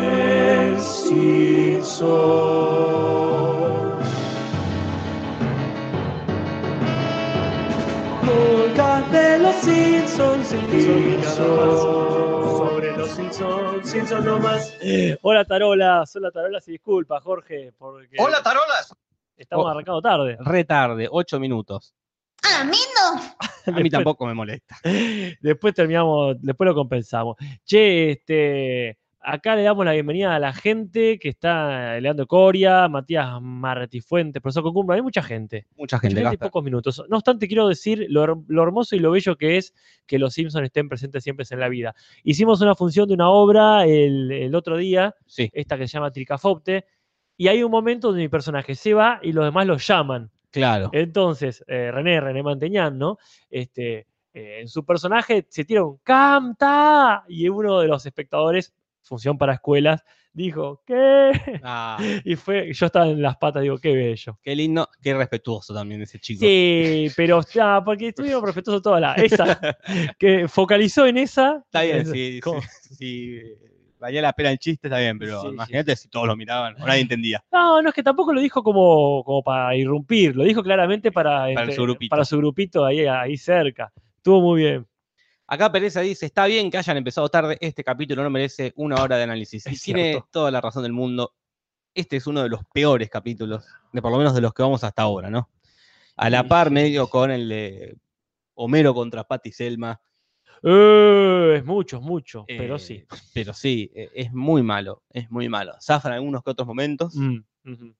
es si soy. Nunca de los Simpsons, Simpsons, nunca nomás. Sobre los Simpsons, Simpsons no más. Eh, Hola Tarolas, hola Tarolas y disculpa Jorge, porque ¡Hola, tarolas! estamos Oh. arrancando tarde. Re tarde, 8 minutos. A mí no. A mí tampoco me molesta. Después terminamos, después lo compensamos. Che, este, acá le damos la bienvenida a la gente que está Leandro Coria, Matías Martifuentes, profesor Concumba, hay mucha gente. Mucha Mucha gente gente y gasta. pocos minutos. No obstante, quiero decir lo, her- lo hermoso y lo bello que es que los Simpsons estén presentes siempre en la vida. Hicimos una función de una obra el, el otro día, Sí, esta que se llama Tricafopte, y hay un momento donde mi personaje se va y los demás lo llaman. claro. Entonces, eh, René, René Manteñán, ¿no? Este, eh, en su personaje se tira un ¡Canta! Y uno de los espectadores, función para escuelas, dijo ¿Qué? Ah, Y fue, yo estaba en las patas, digo, qué bello. qué lindo, qué respetuoso también ese chico. Sí, pero está, porque estuvieron respetuosos toda la. Esa, que focalizó en esa. Está bien, es- sí, ¿cómo? sí, sí, eh, valía la pena el chiste, está bien, pero Sí, sí. imagínate si todos lo miraban, o nadie entendía. No, no, es que tampoco lo dijo como, como para irrumpir, lo dijo claramente para, este, su grupito. para su grupito ahí, ahí cerca. Estuvo muy bien. Acá Pereza dice, está bien que hayan empezado tarde, este capítulo no merece una hora de análisis. Y Es tiene cierto. toda la razón del mundo. Este es uno de los peores capítulos, de por lo menos de los que vamos hasta ahora, ¿no? A la Sí, par sí, medio con el de Homero contra Patty Selma. Eh, es mucho, es mucho, pero eh, sí. Pero sí, eh, es muy malo, es muy malo. Zafan algunos que otros momentos. Mm, ujú.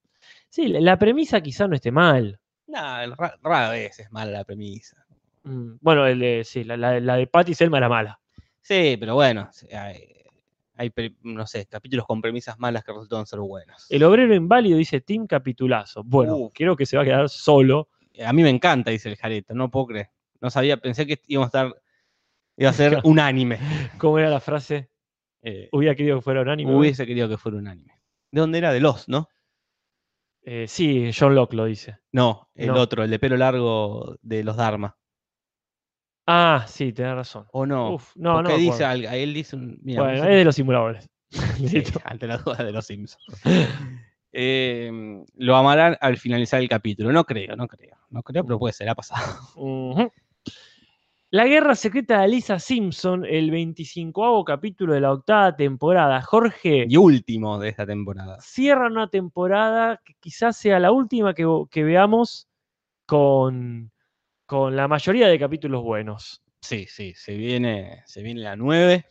Sí, la- la premisa quizá no esté mal. Nah, ra- rara vez es mala la premisa. Mm, Bueno, el de- sí, la, la- la de Patty Selma era mala. Sí, pero bueno, sí, hay, hay pre- no sé, capítulos con premisas malas que resultan ser buenos. El obrero inválido dice Tim Capitulazo. Bueno, Uh. creo que se va a quedar solo. A mí me encanta, dice el Jareta, no puedo creer. No sabía, pensé que íbamos a estar, iba a ser unánime. ¿Cómo era la frase? Eh, Hubiera querido que fuera unánime. ¿no? hubiese querido que fuera unánime. ¿De dónde era? De los, ¿no? Eh, sí, John Locke lo dice. No, el No. otro, el de pelo largo de los Dharma. Ah, sí, tenés razón. ¿O no? Uf, no, Porque no. me dice acuerdo. algo, él dice un. mira, bueno, dice- es de los simuladores. Sí, Listo. ante la duda de los Simpsons. Em, lo amarán al finalizar el capítulo. No creo, no creo. No creo, pero puede ser, ha pasado. Ujú. La guerra secreta de Lisa Simpson, el 25 capítulo de la octava temporada. Jorge, Y último de esta temporada. cierra una temporada que quizás sea la última que, vo- que veamos con, con la mayoría de capítulos buenos. Sí, sí, se viene, se viene la 9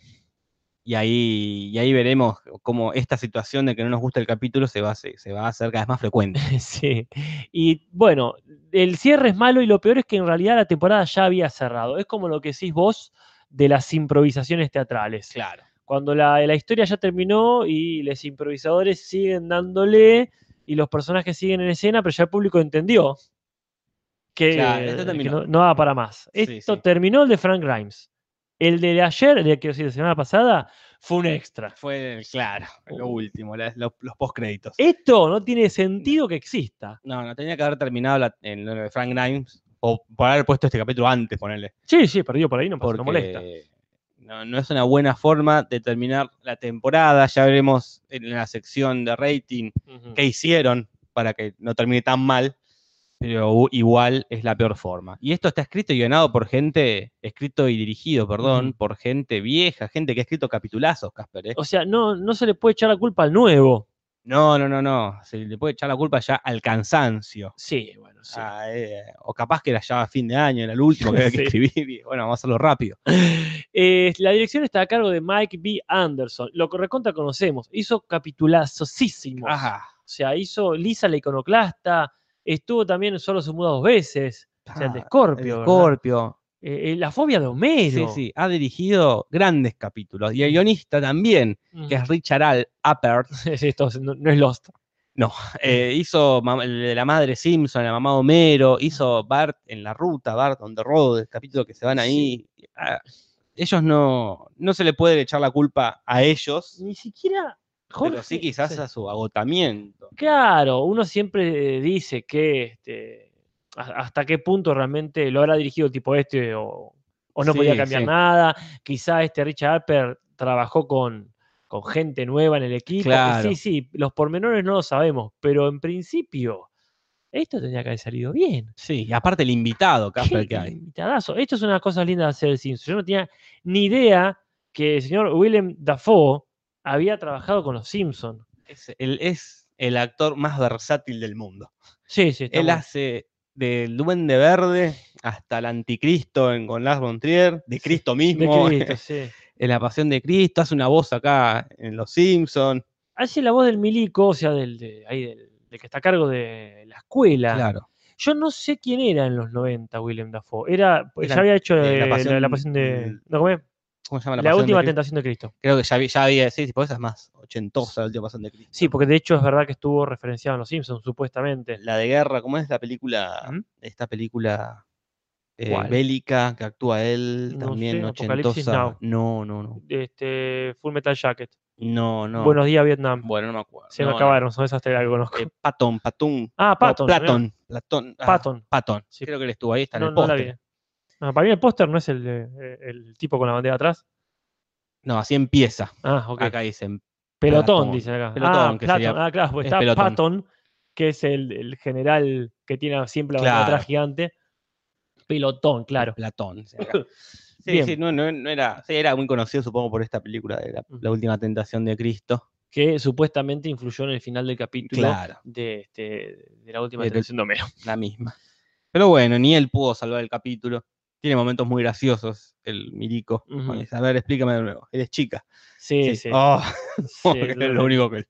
y ahí, y ahí veremos cómo esta situación de que no nos gusta el capítulo se va, a hacer- se va a hacer cada vez más frecuente. Sí. Y bueno, el cierre es malo y lo peor es que en realidad la temporada ya había cerrado. Es como lo que decís vos de las improvisaciones teatrales. Claro. Cuando la, la historia ya terminó y los improvisadores siguen dándole y los personajes siguen en escena, pero ya el público entendió que, Claro, esto que terminó. no, no daba para más. Sí, Esto sí. terminó el de Frank Grimes. El de ayer, el de, quiero decir, la semana pasada, fue un extra. Fue, claro, lo último, la- los, los postcréditos. Esto no tiene sentido que exista. No, no tenía que haber terminado la, en lo de Frank Grimes o por haber puesto este capítulo antes, ponerle. Sí, sí, perdió por ahí, no, pasa, porque no molesta. No, no es una buena forma de terminar la temporada. Ya veremos en la sección de rating Ujú. qué hicieron para que no termine tan mal, pero u- igual es la peor forma. Y esto está escrito y ganado por gente, escrito y dirigido, perdón, Ujú. por gente vieja, gente que ha escrito capitulazos, Casper. ¿eh? O sea, no, no se le puede echar la culpa al nuevo. No, no, no, no. Se le puede echar la culpa ya al cansancio. Sí, bueno, sí. Ah, eh, o capaz que era ya a fin de año, era el último que había que Sí. escribir. y, Bueno, vamos a hacerlo rápido. Eh, la dirección está a cargo de Mike B. Anderson. Lo que recontra conocemos. Hizo capitulazosísimos. Ajá. O sea, hizo Lisa la iconoclasta. Estuvo también en solo se muda dos veces. O sea, el de Scorpio. Ah, El ¿verdad? Scorpio. Eh, eh, la fobia de Homero. Sí, sí, ha dirigido grandes capítulos. Y el guionista también, Mm. que es Richard Al Appert, Sí, esto no, no es Lost. eh, hizo ma- el de la madre Simpson, la mamá Homero, hizo Bart en la ruta, Bart on the road, el capítulo que se van ahí. Ah, ellos no, no se le puede echar la culpa a ellos, Ni siquiera. Jorge, pero sí quizás sí. a su agotamiento. Claro, uno siempre eh, dice que este, a- hasta qué punto realmente lo habrá dirigido tipo este o, o no podía Sí, cambiar sí. nada. Quizá este Richard Harper trabajó con, con gente nueva en el equipo. que Claro. Sí, sí, los pormenores no lo sabemos, pero en principio esto tendría que haber salido bien. Sí, y aparte el invitado, Casper, Qué que hay. invitadazo. Esto es una cosa linda de hacer el Simpson. Yo no tenía ni idea que el señor Willem Dafoe había trabajado con los Simpson. Es el, es el actor más versátil del mundo. Sí, sí, está Él bueno. hace del Duende Verde hasta el Anticristo en, con Lars von Trier, de Cristo De mismo, Cristo, sí. en La Pasión de Cristo, hace una voz acá en Los Simpsons. Hace Ah, la voz del milico, o sea, del, de- ahí del, del que está a cargo de la escuela. Yo no sé quién era en los 90 Willem Dafoe. Era, pues, Era, ya había hecho eh, La eh, la, la Pasión- pasión de... el- ¿no, cómo es? ¿Cómo se llama La, la, Pasión de última Cristo? tentación de Cristo. Creo que ya, vi- ya había, sí, sí, porque esa es más ochentosa la última Pasión de Cristo. Sí, porque de hecho es verdad que estuvo referenciado en Los Simpsons, supuestamente. La de guerra, ¿cómo es la película? ¿Mm? Esta película eh, ¿Cuál? bélica que actúa él No también sé, Apocalipsis ochentosa. No, no, no. Este, Full Metal Jacket. No, no. Buenos días, Vietnam. Bueno, no me acuerdo. Se No, me no. acabaron, son esas tres que conozco. Eh, Patton, Patton. no, ah, Patton. también. Platón. Platón. ah, Patton. Patton. Sí. Creo que él estuvo ahí, está en No, el no la vi. póster. Ah, para mí el póster no es el, de- eh, el tipo con la bandera atrás. No, así empieza. Ah, ok. Acá dicen. pelotón, Platón. dicen acá. Pelotón, ah, que Platón. sería- Ah, claro, porque es está pelotón. Patton, que es el, el general que tiene siempre la bandera Claro. atrás gigante. Pelotón, claro. Platón. dicen acá. Sí, Bien. sí, no, no- no era. Sí, era muy conocido, supongo, por esta película de la, la última tentación de Cristo. Que supuestamente influyó en el final del capítulo Claro, de, este, de la última Del- tentación de Homero. la misma. Pero bueno, ni él pudo salvar el capítulo. Tiene momentos muy graciosos, el milico. Ujú. Dice, A ver, explícame de nuevo. Eres chica. Sí, sí. Sí. Oh, sí, que es lo- lo único que.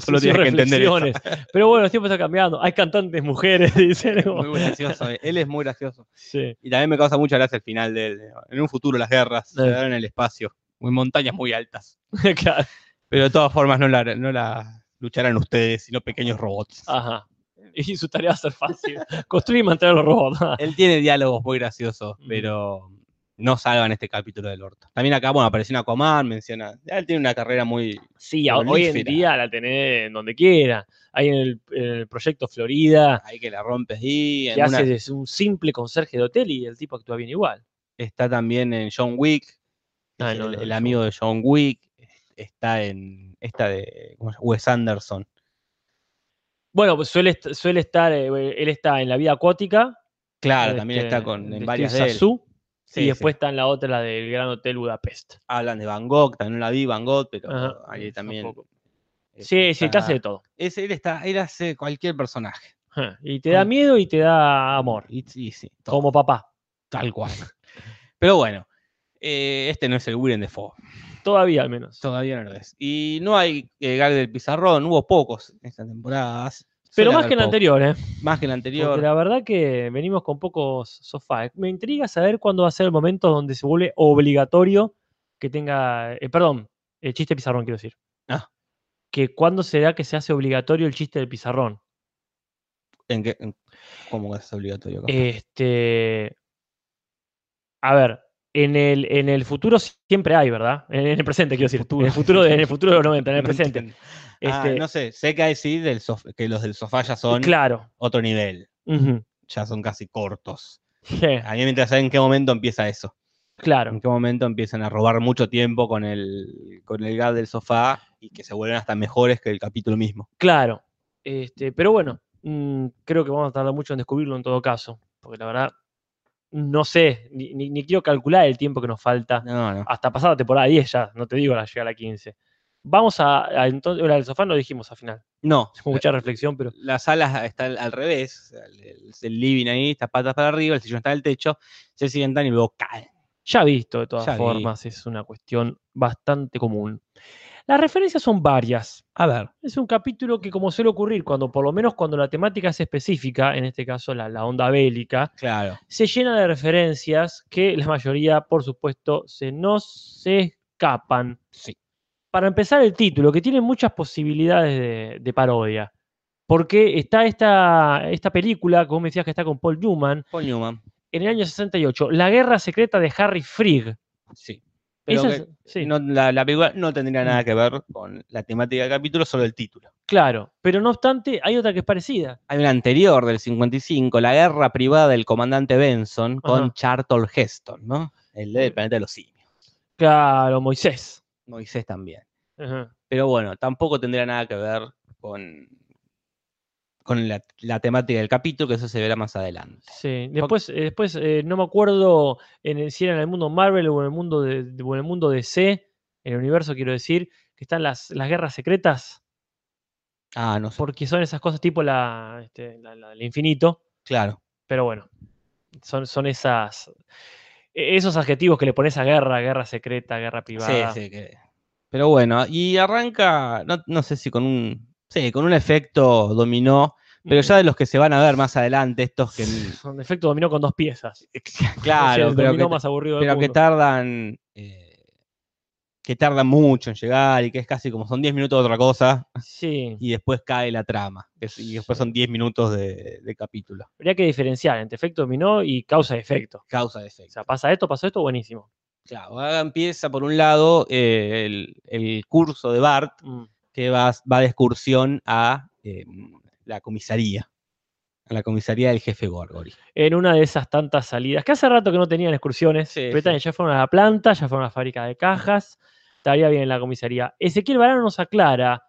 Solo sus tienes que entender eso. reflexiones. Pero bueno, los tiempos están cambiando. Hay cantantes mujeres, dicen. como- Muy gracioso. eh. Él es muy gracioso. Sí. Y también me causa mucha gracia el final de él. En un futuro las guerras se Sí. darán en el espacio, en montañas muy altas. claro. Pero de todas formas no la, no la lucharán ustedes, sino pequeños robots. Ajá. Y su tarea va a ser fácil. Construir y mantener los robots. Él tiene diálogos muy graciosos, Ujú. pero no salvan este capítulo del orto. También acá, bueno, apareció en Aquaman, menciona. Él tiene una carrera muy... Sí, a- hoy en Prolífera. día la tenés en donde quiera. Ahí en el, en el proyecto Florida, Ahí que la rompes y... que hace de- un simple conserje de hotel y el tipo actúa bien igual. Está también en John Wick, Ah, el, no, no, el John amigo de John Wick. Está en esta de ¿cómo se llama? Wes Anderson. Bueno, pues suele, est- suele estar, eh, él está en la vida acuática. Claro, también este, está con, de en varias Steve de él. Zissou, Sí, y sí. después está en la otra, la del Gran Hotel Budapest. hablan de Van Gogh, también la vi Van Gogh, pero Ajá, ahí eh, también. tampoco. eh, Sí, sí, te hace de todo. es- él, está, él hace cualquier personaje. Ajá, Y te da Mm. miedo y te da amor, Y, sí, sí, todo, como papá. tal cual. pero bueno, eh, este no es el Willem de Fog. Todavía al menos. Todavía no lo es. Y no hay eh, Gag del Pizarrón, hubo pocos esta temporada. hace- Pero suele más haber que en la pocos, anterior, ¿eh? Más que en Porque la anterior. la verdad que venimos con pocos sofás. Me intriga saber cuándo va a ser el momento donde se vuelve obligatorio que tenga. eh, perdón, el chiste de pizarrón, quiero decir. Ah. Que cuándo será que se hace obligatorio el chiste del pizarrón. ¿En qué- en- ¿Cómo que es obligatorio? Eh, capaz? Este. A ver, en el, en el futuro siempre hay, ¿verdad? En, en el presente, quiero decir. En el futuro, de- en el futuro de los 90, en el No presente. entiendo. Ah, Este, no sé, sé que hay sí del sof- que los del sofá ya son Claro. otro nivel, ujú, ya son casi cortos. je, A mí me interesa en qué momento empieza eso. claro. en qué momento empiezan a robar mucho tiempo con el, con el gas del sofá y que se vuelven hasta mejores que el capítulo mismo. Claro. Este, pero bueno, mm, creo que vamos a tardar mucho en descubrirlo en todo caso. Porque la verdad, no sé, ni, ni- ni quiero calcular el tiempo que nos falta. No, no. Hasta pasada temporada 10 ya, no te digo la llegar a la 15. Vamos a, a entonces, la del sofá no dijimos al final. No. Con mucha reflexión, pero La sala está al, al revés, el, el- el living ahí, estas patas para arriba, el sillón está en el techo, se sientan y luego caen. ya visto de todas Ya vi. formas, es una cuestión bastante común. Las referencias son varias. A ver. Es un capítulo que, como suele ocurrir, cuando por lo menos cuando la temática es específica, en este caso la- la onda bélica, Claro. se llena de referencias que la mayoría, por supuesto, se nos se escapan. Sí. Para empezar, el título, que tiene muchas posibilidades de, de parodia. Porque está esta, esta película, como me decías que está con Paul Newman, Paul Newman. en el año 68, La Guerra Secreta de Harry Frigg. Sí. Pero Esa que es- sí, no- la, la película no tendría Mm. nada que ver con la temática del capítulo, solo el título. claro. Pero no obstante, hay otra que es parecida. Hay una anterior del 55, la guerra privada del comandante Benson con Ajá. Mm. Charlton Heston, ¿no? El del planeta de los simios. Claro, Moisés. Moisés también. Ajá. Pero bueno, tampoco tendría nada que ver con, con la, la temática del capítulo, que eso se verá más adelante. Sí. Después, eh, después eh, no me acuerdo en el- si era en el mundo Marvel o en el mundo de, de- o en el mundo DC, en el universo quiero decir, que están las, las guerras secretas, Ah, no sé. porque son esas cosas tipo la, este, la- la del infinito, Claro. pero bueno, son, son esas e- esos adjetivos que le pones a guerra, guerra secreta, guerra Sí, privada. sí, que- Pero bueno, y arranca, no, no sé si con un. Sí, con un efecto dominó, Mm. pero ya de los que se van a ver más adelante, estos que. Son efecto dominó con dos piezas. O sea, Eh, Claro, el pero dominó que- más aburrido del pero que mundo. tardan eh, que tardan mucho en llegar y que es casi como son 10 minutos de otra cosa Sí. y después cae la trama que es- y después son 10 minutos de, de capítulo Habría que diferenciar entre efecto dominó y causa y efecto. causa de O sea, pasa esto, pasó esto, buenísimo. claro ahora empieza por un lado eh, el, el curso de Bart Mm. que va, va de excursión a eh, la comisaría a la comisaría del jefe Gorgory En una de esas tantas salidas, que hace rato que no tenían excursiones, Sí, pero sí. también ya fueron a la planta, ya fueron a la fábrica de cajas, estaría bien en la comisaría. Ezequiel Varano nos aclara,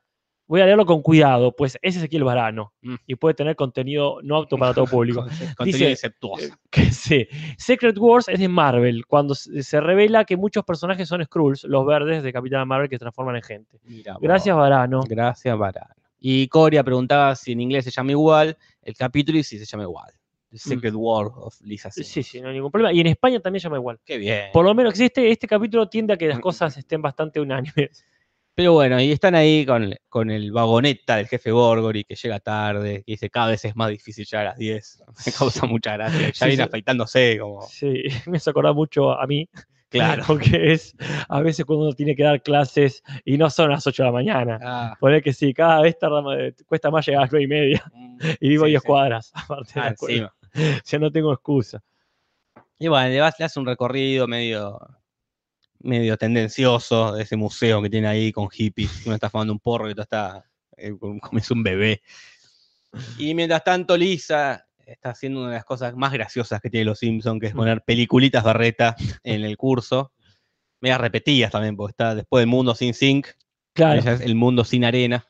voy a leerlo con cuidado, pues es Ezequiel Varano Mm. y puede tener contenido no apto para todo público. Con- contenido Dice, exceptuoso. eh, que sí. Secret Wars es de Marvel, cuando se se revela que muchos personajes son Skrulls, los verdes de Capitán Marvel que se transforman en gente. Mira, por Gracias, Varano. Gracias, Varano. Y Coria preguntaba si en inglés se llama igual el capítulo y si se llama igual. The Secret War of Lisa Simpson. Mm. Sí, sí, no hay ningún problema. Y en España también llama igual. Qué bien. Por lo menos existe, este capítulo tiende a que las Mm. cosas estén bastante unánimes. Pero bueno, y están ahí con, con el vagoneta del jefe Gorgory que llega tarde, que dice cada vez es más difícil llegar a las 10. Me causa mucha gracia. Ya Sí, viene sí. afeitándose como... Sí, me hace acordar mucho a mí. Claro. Porque es a veces cuando uno tiene que dar clases y no son las 8 de la mañana. Ah, Poner que sí, cada vez tarda más- eh, cuesta más llegar a las 9 y media mm, y vivo sí, 10 sí. cuadras, aparte de Ah, la escuela. encima. O sea, no tengo excusa. Y bueno, le, vas- le hace un recorrido medio medio tendencioso de ese museo que tiene ahí con hippies. Uno está fumando un porro y otro está eh, com- comiendo un bebé. Y mientras tanto, Lisa está haciendo una de las cosas más graciosas que tiene los Simpsons, Mm. que es poner peliculitas barreta en el curso. Medias repetidas también, porque está después del mundo sin zinc, Claro. ella es el mundo sin arena.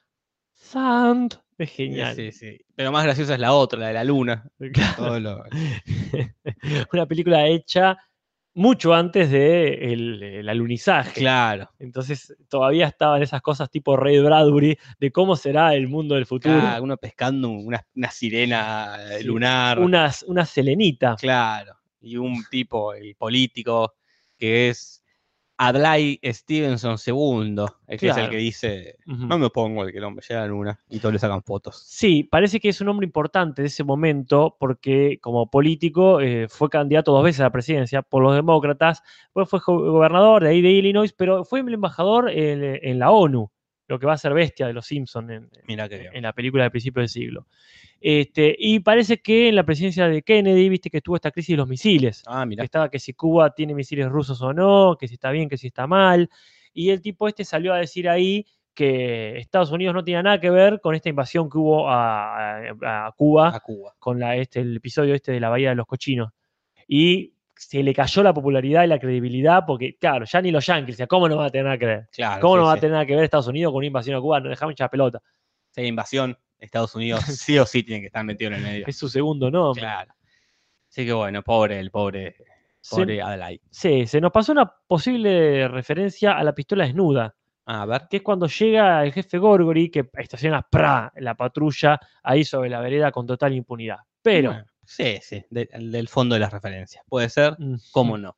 Sand. Es genial. Sí, sí. Pero más graciosa es la otra, la de la luna. Claro. Todo lo- Una película hecha mucho antes de el, el alunizaje. Claro. Entonces todavía estaban esas cosas tipo Ray Bradbury de cómo será el mundo del futuro. Ah, uno pescando una, una sirena eh, Sí, lunar. Unas- una, selenita. Claro. Y un tipo, el político, que es Adlai Stevenson II, el que es el Claro. que dice, Ujú. no me opongo al que el hombre llega a la luna y todos le sacan fotos. Sí, parece que es un hombre importante de ese momento porque como político eh, fue candidato dos veces a la presidencia por los demócratas, después fue go- gobernador de ahí de Illinois, pero fue el embajador en, en la ONU, lo que va a ser bestia de los Simpsons en, Mira que en la película de principio del siglo. Este, y parece que en la presidencia de Kennedy, viste que estuvo esta crisis de los misiles. Ah, que mira. estaba que si Cuba tiene misiles rusos o no, que si está bien, que si está mal. Y el tipo este salió a decir ahí que Estados Unidos no tenía nada que ver con esta invasión que hubo a, a- a Cuba A Cuba. con la, este, el episodio este de la Bahía de los Cochinos. Y se le cayó la popularidad y la credibilidad porque, claro, ya ni los yankees, decían, ¿cómo no va a tener nada que ver? Claro. ¿Cómo sí, no va a sí. tener nada que ver Estados Unidos con una invasión a Cuba? No dejamos hinchar pelota. Si hay invasión, Estados Unidos sí o sí tiene que estar metido en el medio. Es su segundo nombre. Claro. Así que bueno, pobre, el pobre, Se- pobre Adlai. sí, se nos pasó una posible referencia a la pistola desnuda. Ah, a ver. que es cuando llega el jefe Gorgory, que estaciona pra, la patrulla ahí sobre la vereda con total impunidad. Pero, Bueno, sí, sí, de- del fondo de las referencias. Puede ser. mm, ¿Cómo no?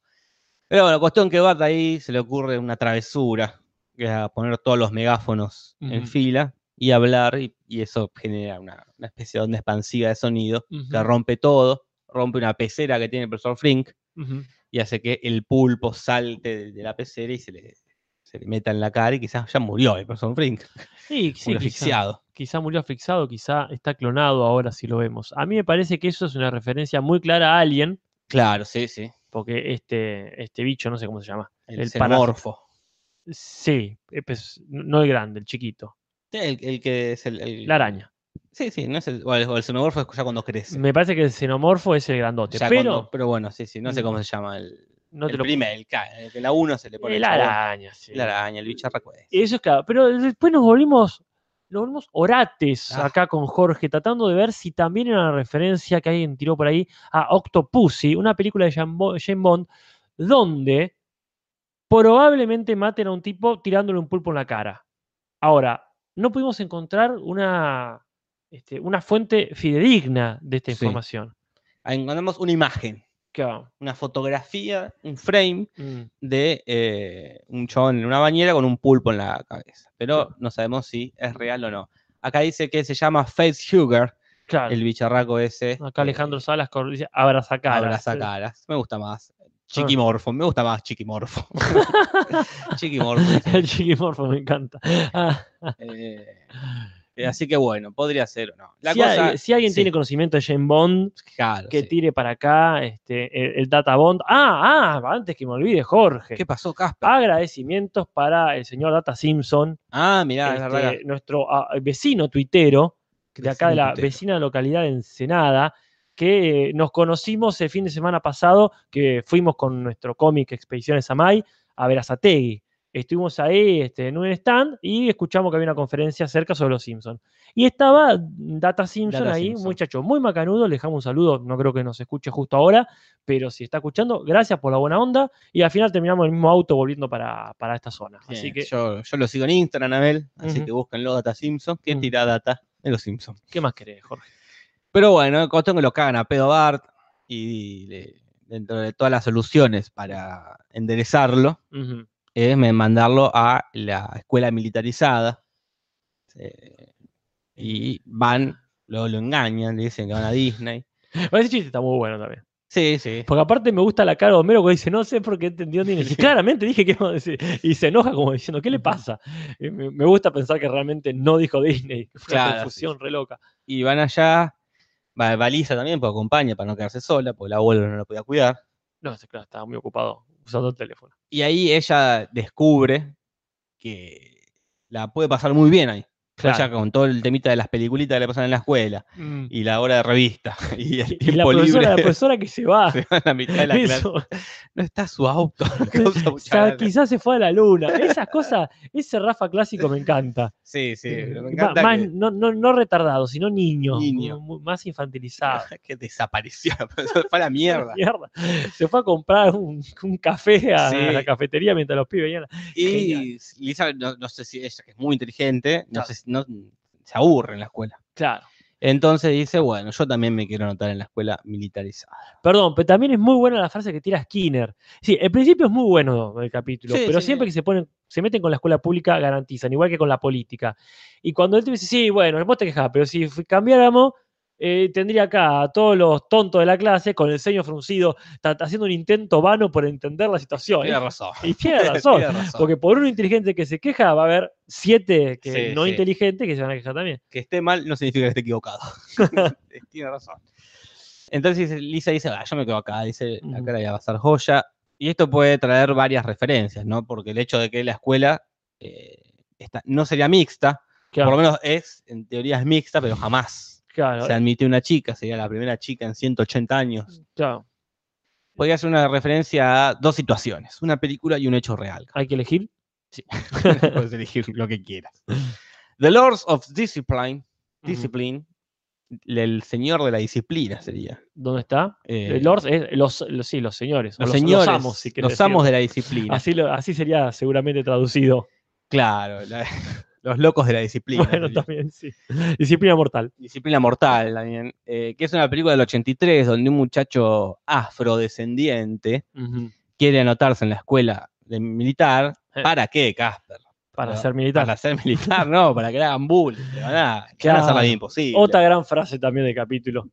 Pero bueno, cuestión que Bart ahí se le ocurre una travesura, que es a poner todos los megáfonos en Ujú. fila y hablar, y, y eso genera una, una especie de onda expansiva de sonido ujú, que rompe todo, rompe una pecera que tiene el profesor Frink ujú, y hace que el pulpo salte de, de la pecera y se le, se le meta en la cara y quizás ya murió el profesor Frink, sí, sí, murió quizá, asfixiado. quizá murió asfixiado, quizá está clonado ahora si lo vemos. A mí me parece que eso es una referencia muy clara a Alien, Claro, sí, sí. porque este, este bicho, no sé cómo se llama. El, El xenomorfo. Sí, eh, pues, n- no el grande, el chiquito, El, el que es el, el- la araña. Sí, sí, no es el, o el, o el xenomorfo es ya cuando crece. Me parece que el xenomorfo es el grandote, Ya pero... cuando- pero bueno, sí, sí, no sé Mm. cómo se llama el, no te el lo primer, el, ca- el de la 1 se le pone El chabón. araña, sí. La araña, el bicharraco ese. Eso es claro. Pero después nos volvimos, nos volvimos orates Ah. acá con Jorge, tratando de ver si también era una referencia que alguien tiró por ahí a Octopussy, una película de Jean Bo- James Bond, donde probablemente maten a un tipo tirándole un pulpo en la cara. Ahora, no pudimos encontrar una, este, una fuente fidedigna de esta Sí. información. Ahí Encontramos una imagen, Claro. una fotografía, un frame Mm. de eh, un chabón en una bañera con un pulpo en la cabeza. Pero Claro. no sabemos si es real o no. Acá dice que se llama Face Huger, Claro. el bicharraco ese. Acá Alejandro eh, Salas cor- dice abrazacaras. abrazacaras. Me gusta más. Ah. Chiquimorfo, me gusta más Chiquimorfo. Chiquimorfo. El chiquimorfo me encanta. Ah. eh, eh, así que bueno, podría ser o no. La si, cosa, a- si alguien sí, tiene conocimiento de Jane Bond, claro, que sí. tire para acá este, el, el Data Bond. Ah, ah, antes que me olvide, Jorge. ¿Qué pasó, Casper? Ah, Agradecimientos para el señor Data Simpson, Ah, mirá, es este, verdad. nuestro ah, vecino tuitero de acá de la Vecino tuitero. vecina localidad de Ensenada, que eh, nos conocimos el fin de semana pasado, que fuimos con nuestro cómic Expediciones a May a Verazategui. Estuvimos ahí este, en un stand y escuchamos que había una conferencia acerca sobre los Simpsons. Y estaba Data Simpson Data ahí, Simpson. muchacho, muy macanudo, le dejamos un saludo, no creo que nos escuche justo ahora, pero si está escuchando, gracias por la buena onda. Y al final terminamos en el mismo auto volviendo para, para esta zona. Bien, Así que, yo, yo lo sigo en Instagram, Anabel, así Ujú. que búsquenlo, Data Simpson, que Mm. tira data de los Simpsons. ¿qué más querés, Jorge? Pero bueno, cuestión que lo cagan a pedo a Bart y le- dentro de todas las soluciones para enderezarlo Ujú. es me- mandarlo a la escuela militarizada. Eh, y van, luego lo engañan, le dicen que van a Disney. Bueno, ese chiste está muy bueno también. Sí, sí. Porque aparte me gusta la cara de Homero que dice, no sé por qué entendió ni Y claramente dije que iba a decir. Y se enoja como diciendo, ¿qué le pasa? Y me, me gusta pensar que realmente no dijo Disney. que Fue Claro, una confusión re loca. Y van allá, va Baliza también, porque acompaña para no quedarse sola, porque el abuelo no la podía cuidar. No, sí, claro, estaba muy ocupado usando el teléfono. Y ahí ella descubre que la puede pasar muy bien ahí. Claro. Ella con todo el temita de las peliculitas que le pasan en la escuela Mm. Y, y la hora de revista y el la, tiempo libre profesora, la profesora que se va. se va a la mitad de la clase. Eso, No está su auto. causa mucha sa- gracia. quizás se fue a la luna. Esas cosas, ese Rafa clásico me encanta. Mm, Sí, sí. pero Me Eh, Ma- encanta más- que, no, no, no retardado, sino niño. Niño. mu- mu- Más infantilizado. que desapareció. la profesora, Fue a la mierda. Mierda. Se fue a comprar un, un café a, Sí. la cafetería mientras los pibes venían. Y Lisa, no, no sé si ella, que es muy inteligente, no Claro. sé si- no- se aburre en la escuela. Claro. Entonces dice, bueno, yo también me quiero anotar en la escuela militarizada. Perdón, pero también es muy buena la frase que tira Skinner. Sí, el principio es muy bueno el capítulo, Sí, pero sí. siempre que se ponen, se meten con la escuela pública garantizan, igual que con la política. Y cuando él te dice, sí, bueno, vos te quejás, pero si fu- cambiáramos, eh, tendría acá a todos los tontos de la clase con el ceño fruncido, ta- haciendo un intento vano por entender la situación. Tiene razón. Y tiene razón. ¿Eh? Tiene razón. Porque por uno inteligente que se queja, va a haber siete que Sí, no sí. inteligentes que se van a quejar también. que esté mal no significa que esté equivocado. Tiene razón. Entonces Lisa dice, "Ah, yo me quedo acá, dice, Ujú. acá la voy a pasar joya. Y esto puede traer varias referencias, ¿no? Porque el hecho de que la escuela eh, está- no sería mixta, Claro, por lo menos es, en teoría es mixta, pero jamás claro, se admitió una chica, sería la primera chica en 180 años. claro. Podría ser una referencia a dos situaciones, una película y un hecho real. Hay que elegir. Puedes elegir lo que quieras. The Lords of Discipline Ujú. Discipline. El señor de la disciplina sería. ¿Dónde está? Eh, Eh, lords, es- los, los- sí, los señores. o los, señores. Los amos, si querés los amos decirlo. Ah, de la disciplina. Así, lo- así sería seguramente traducido. Claro. la- los locos de la disciplina. bueno, sería. también, sí. Disciplina mortal. Disciplina Mortal también. eh, que es una película del 83 donde un muchacho afrodescendiente quiere anotarse en la escuela de militar. Eh. ¿Para qué, Casper? Para Pero- ser militar. Para ser militar, no, para que le hagan bullying. le van a, le van a hacer la Claro. vida imposible. Otra gran frase también del capítulo.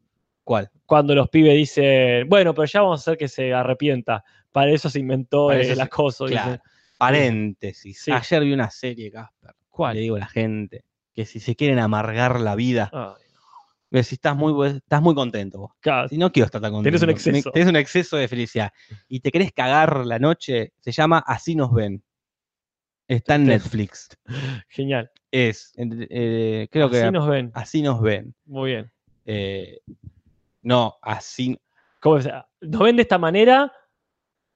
¿Cuál? Cuando los pibes dicen, bueno, pero ya vamos a hacer que se arrepienta. Para eso se inventó Para eh, eso el se- acoso. dicen. Claro. Paréntesis. Sí. Ayer vi una serie, Casper. Le digo a la gente que si se quieren amargar la vida, Ah, ve, si estás muy, bu- estás muy contento vos. claro. Si no quiero estar tan contento. Tenés un me- exceso. Tenés un exceso de felicidad. Y te querés cagar la noche, se llama Así nos ven. Está en Te- Netflix. Genial. Es, en- eh, creo que Así nos ven. Así nos ven. Muy bien. Eh, no, así. Ah, ¿Cómo se- Nos ven de esta manera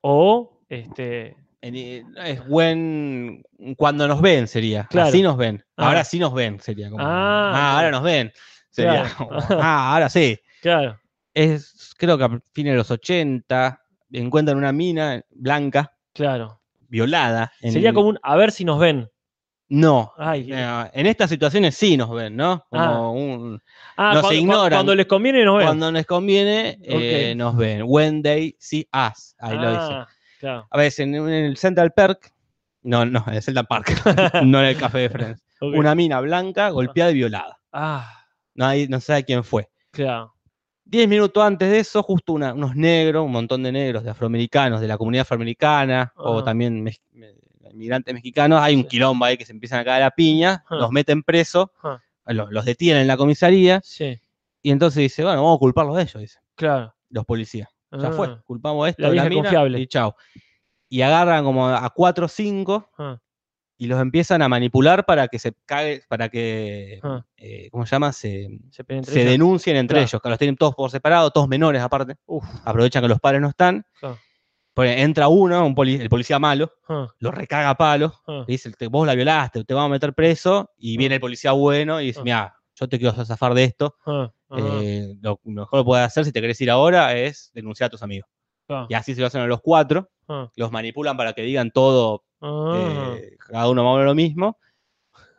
o este, En- eh, Es buen. Cuando nos ven sería. Claro. Así nos ven. Ah. Ahora sí nos ven sería. Como, Ah. ah, ahora nos ven. Sería. Claro. como, ah, ahora sí. claro, Es, creo que a fines de los 80 encuentran una mina blanca, claro. violada. en- Sería como un a ver si nos ven. No. Ay, Eh, en estas situaciones sí nos ven, ¿no? Como Ah. un- ah, no se cuando, cua- ignoran. cuando les conviene nos ven. Cuando nos conviene, eh, Ok. nos ven. When they see us. Ahí lo dice. Ah, Claro. A veces en, en el Central Park. No, no, en el Central Park. no en el Café de Friends. ok. Una mina blanca golpeada y violada. Ah, No, hay, no sabe quién fue. claro. Diez minutos antes de eso, justo una- unos negros, un montón de negros, de afroamericanos, de la comunidad afroamericana, o Ajá. también mex- me- inmigrantes mexicanos, hay un Sí. quilombo ahí que se empiezan a caer a piña, Ajá. los meten preso, Ajá. los, los detienen en la comisaría, Sí, y entonces dice, bueno, vamos a culparlos a ellos, dice, claro. los policías. Ya fue, Ah, culpamos esto, La de la, vieja mina, confiable. y chao. Y agarran como a cuatro o cinco ah, y los empiezan a manipular para que se cague, para que, ah, eh, ¿cómo se llama? Se, Se, piden entre se ellos. denuncien entre Claro. ellos, que los tienen todos por separado, todos menores aparte. Uf. Aprovechan que los padres no están. Claro. Pues entra uno, un poli- el policía malo, Ah, lo recaga a palo, ah, le dice, "Te- vos la violaste, te vamos a meter preso, y viene el policía bueno y dice, Ah. mira, yo te quiero zafar de esto, ah, ah, eh, lo mejor que puedes hacer si te querés ir ahora es denunciar a tus amigos. claro. Y así se lo hacen a los cuatro, Ah. los manipulan para que digan todo, Ah, eh, cada uno más o menos lo mismo.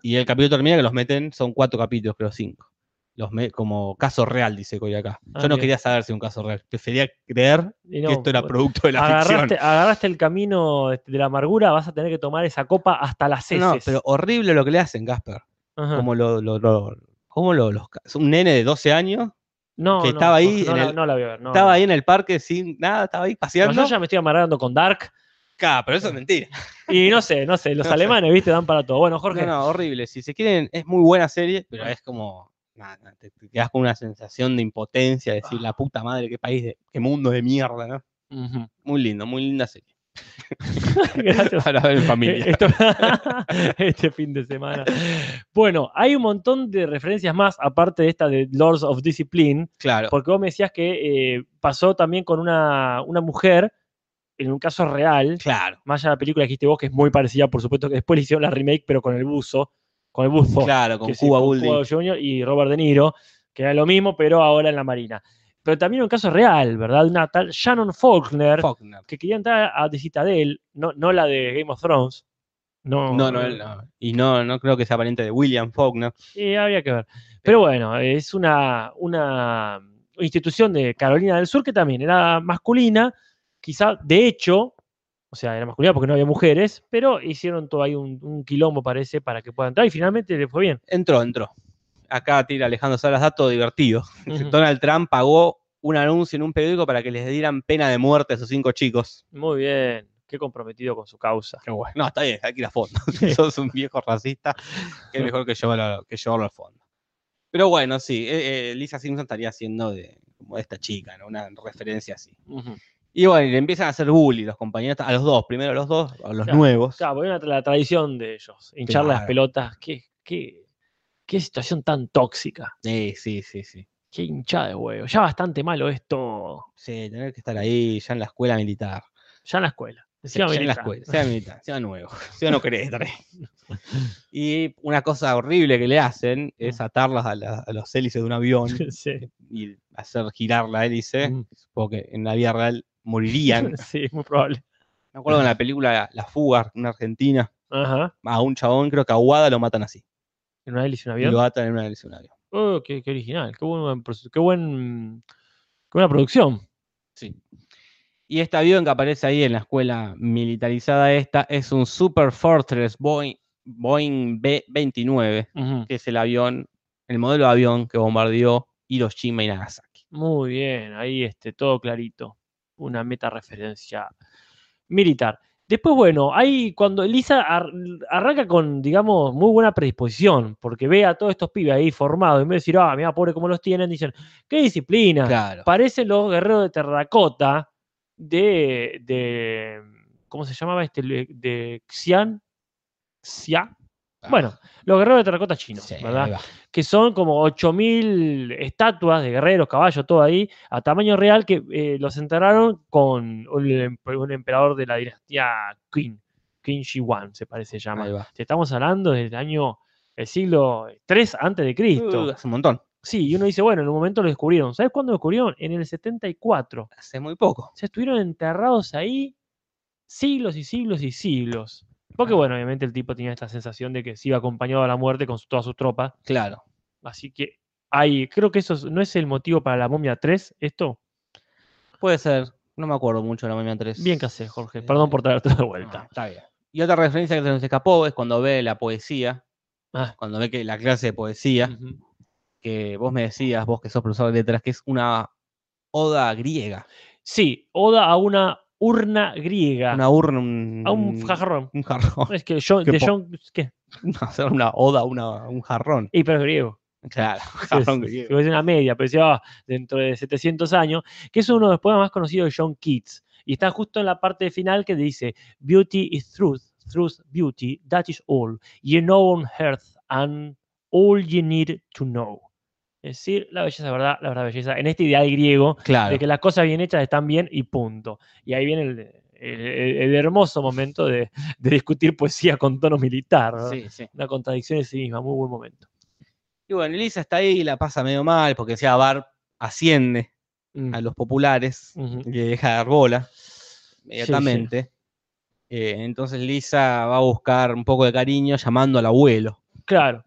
Y el capítulo termina que los meten, son cuatro capítulos, creo cinco. Los me- como caso real, dice Coy acá. Yo Ah, no bien. quería saber si era un caso real. Prefería creer y que no, esto era bueno. producto de la agarraste, ficción. agarraste el camino este, de la amargura, vas a tener que tomar esa copa hasta las heces. No, pero horrible lo que le hacen, Gasper. Ajá. Como lo, lo, lo- como lo- los ca- un nene de 12 años no, que no, estaba ahí No, en la, el- no la voy a ver. no, estaba no. ahí en el parque sin nada, estaba ahí No, paseando. yo ya me estoy amargando con Dark. Ca, pero eso es mentira. Y no sé, no sé, los No sé. alemanes, viste, dan para todo. Bueno, Jorge. No, no, horrible. Si se quieren, es muy buena serie, pero es como. nada, nada, te, te quedas con una sensación de impotencia, de decir Ah. la puta madre, qué país, de, qué mundo de mierda, ¿no? Ujú. Muy lindo, muy linda serie. Gracias. Para ver en familia. Esto- este fin de semana. Bueno, hay un montón de referencias más, aparte de esta de Lords of Discipline, Claro. porque vos me decías que eh, pasó también con una, una mujer, en un caso real, Claro. más allá de la película que dijiste vos, que es muy parecida, por supuesto, que después le hicieron la remake, pero con el buzo, con el buzo, Claro, con que sí, Cuba con Building. Cuba Jr. y Robert De Niro, que era lo mismo, pero ahora en la Marina. Pero también un caso real, ¿verdad? Una tal Shannon Faulkner, Faulkner. que quería entrar a The Citadel, no, no la de Game of Thrones. No, No, no, él no. Y no, no creo que sea pariente de William Faulkner. Sí, habría que ver. Pero bueno, es una, una institución de Carolina del Sur que también era masculina, quizá de hecho, o sea, era masculina porque no había mujeres, pero hicieron todo ahí un, un quilombo, parece, para que pueda entrar y finalmente le fue bien. Entró, entró. Acá tira Alejandro Salas dato divertido. Dice, Ujú. Donald Trump pagó un anuncio en un periódico para que les dieran pena de muerte a esos cinco chicos. Muy bien, qué comprometido con su causa. Qué bueno. No, está bien, hay que ir a fondo. Si sos un viejo racista, que es mejor que llevarlo, que llevarlo al fondo. Pero bueno, sí, eh, eh, Lisa Simpson estaría haciendo de, como de esta chica, ¿no? Una referencia así. Ujú. Y bueno, y le empiezan a hacer bully los compañeros, a los dos, primero a los dos, a los Claro, nuevos. Claro, porque era la tradición de ellos, hinchar las Claro. pelotas, qué, qué, qué situación tan tóxica, Sí, sí, sí, sí. qué hinchada de huevo, ya bastante malo esto, Sí, tener que estar ahí ya en la escuela militar. ya en la escuela. Sí, encima ya en la militar. escuela, sea militar, sea nuevo, sea no querés estar ahí. Y una cosa horrible que le hacen es atarlas a, la- a los hélices de un avión Ah. Sí. y hacer girar la hélice. Mm. porque en la vida real morirían. Sí, muy probable. Me acuerdo en la película La Fuga, una argentina, Ajá. a un chabón, creo que a Aguada lo matan así. En una hélice, un Y avión. lo atan en una hélice de un avión. Oh, qué, qué original. Qué, buen, proce- qué, buen, qué buena producción. Sí. Y este avión que aparece ahí en la escuela militarizada esta es un Super Fortress Boeing, Boeing B-29, Ujú. que es el avión, el modelo de avión que bombardeó Hiroshima y Nagasaki. Muy bien. Ahí este, todo clarito. Una meta referencia militar. Después, bueno, ahí cuando Elisa ar- arranca con, digamos, muy buena predisposición, porque ve a todos estos pibes ahí formados, en vez de decir, ah, mira, pobre cómo los tienen, dicen, qué disciplina, Claro. parecen los guerreros de terracota de, de- ¿cómo se llamaba este? Le- De Xian, Xia, Ah. Bueno, los guerreros de terracota chinos, Sí, ¿verdad? ahí va. que son como 8.000 estatuas de guerreros, caballos, todo ahí, a tamaño real, que eh, los enterraron con un, em- un emperador de la dinastía Qin, Qin Shi Huang, se parece, se llama. Ahí va. Te estamos hablando del año, el siglo 3 antes de Cristo. Uh, hace un montón. Sí, y uno dice, bueno, en un momento lo descubrieron. ¿Sabes cuándo lo descubrieron? En el 74. Hace muy poco. Se estuvieron enterrados ahí siglos y siglos y siglos. Ah. Porque, bueno, obviamente el tipo tenía esta sensación de que se iba acompañado a la muerte con su- todas sus tropas. Claro. Así que ahí, creo que eso es- no es el motivo para la momia 3, esto. Puede ser. No me acuerdo mucho de la Eh, momia 3. Bien que haces, Jorge. Perdón por traerte de vuelta. está bien. Y otra referencia que se nos escapó es cuando ve la poesía, Ah, Mm. cuando ve que la clase de poesía, ujú. que vos me decías, vos que sos profesor de letras, que es una oda griega. Sí, oda a una urna griega. Una urna, un, a un jarrón. un jarrón. Es que John, Qué de po- John, ¿qué? No, hacer una oda, una, un jarrón. Y pero es griego. Claro, Sí, jarrón sí, griego. sí, es una media, pero decía, "Ah, dentro de 700 años, que es uno de los poemas más conocidos de John Keats. Y está justo en la parte final que dice, Beauty is truth, truth beauty, that is all. You know on earth and all you need to know. Es decir, la belleza, es verdad, la verdad, belleza. En este ideal griego Claro. de que las cosas bien hechas están bien y punto. Y ahí viene el, el- el- el hermoso momento de, de discutir poesía con tono militar. ¿no? Sí, sí. Una contradicción en sí misma, muy buen momento. Y bueno, Elisa está ahí y la pasa medio mal porque decía Bar asciende Mm. a los populares Ujú. y le deja dar bola inmediatamente. Eh, entonces Lisa va a buscar un poco de cariño llamando al abuelo, Claro.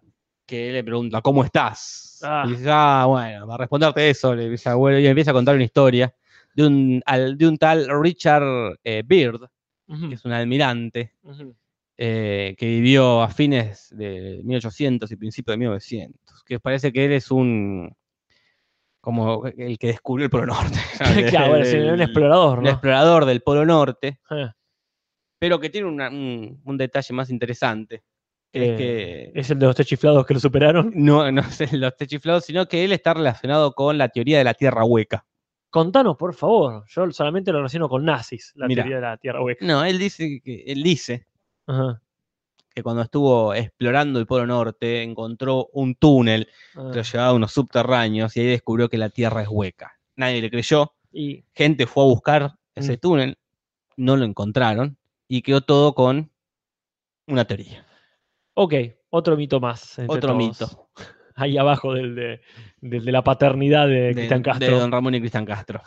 que le pregunta, ¿cómo estás? Ah. Y dice, ah, bueno, para responderte eso, le dice al abuelo y empieza a contar una historia de un, al- de un tal Richard eh, Beard, Ujú, que es un almirante ujú. eh, que vivió a fines de 1800 y principios de 1900, que parece que él es un... como el que descubrió el Polo Norte. claro, bueno, sí, un El- explorador, un ¿no? explorador del Polo Norte, Eh, pero que tiene una- un, un detalle más interesante, que Eh, es que Es el de los tres chiflados que lo superaron. no, no es el- los techiflados, sino que él está relacionado con la teoría de la Tierra hueca. Contanos, por favor. Yo solamente lo relaciono con nazis, la Mirá. teoría de la tierra hueca. No, él dice que, él dice Ajá, que cuando estuvo explorando el Polo Norte encontró un túnel ah, que lo llevaba a unos subterráneos y ahí descubrió que la Tierra es hueca. Nadie le creyó, Y gente fue a buscar ese Mm. túnel, no lo encontraron y quedó todo con una teoría, ok, otro mito más. entre todos. otro mito. Ahí abajo del de, del de la paternidad de, de- Cristian Castro. de Don Ramón y Cristian Castro.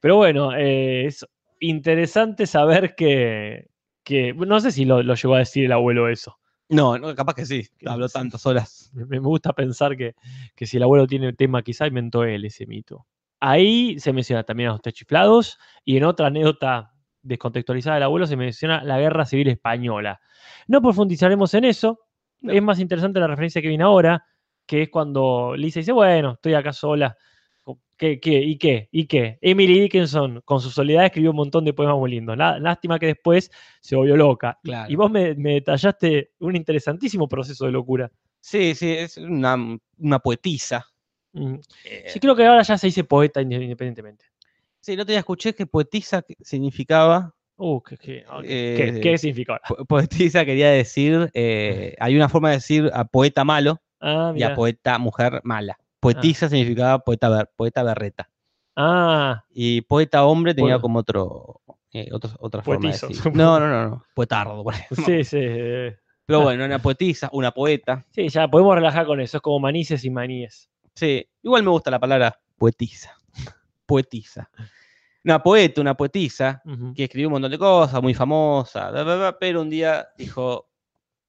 Pero bueno, eh, es interesante saber que, que- No sé si lo, lo llegó a decir el abuelo eso. No, no, capaz que sí. Que Habló sí. tantas horas. Me, me gusta pensar que, que si el abuelo tiene el tema, quizá inventó él ese mito. Ahí se menciona también a los techiflados y en otra anécdota descontextualizada del abuelo se menciona la guerra civil española. No profundizaremos en eso, No. es más interesante la referencia que viene ahora, que es cuando Lisa dice, bueno, estoy acá sola. Co- ¿Qué, qué, ¿Y qué? ¿Y qué? Emily Dickinson, con su soledad, escribió un montón de poemas muy lindos. Lá- Lástima que después se volvió loca. Y- Claro. Y vos me- me detallaste un interesantísimo proceso de locura. Sí, sí, es una, una poetisa. Mm. Eh, Sí, creo que ahora ya se dice poeta inde- independientemente. sí, el otro día escuché que poetisa que- significaba. Uh, qué, qué- ah, qué- Eh, qué- qué significa ahora? po- Poetisa quería decir. eh, hay una forma de decir a poeta malo Ah, y a mirá. poeta mujer mala. Poetisa significaba poeta, ber- poeta berreta. Ah, Y poeta hombre tenía Poe- como otro. eh, otro- otra forma de Poetizo. decir. No, no, no, no. Poetardo. por ahí. sí, sí. eh, Pero bueno, una poetisa, una poeta. Sí, ya podemos relajar con eso. Es como manices y maníes. Sí, igual me gusta la palabra poetisa. Poetisa. Una poeta, una poetisa, Ujú. que escribió un montón de cosas, muy famosa, bla, bla, bla, pero un día dijo,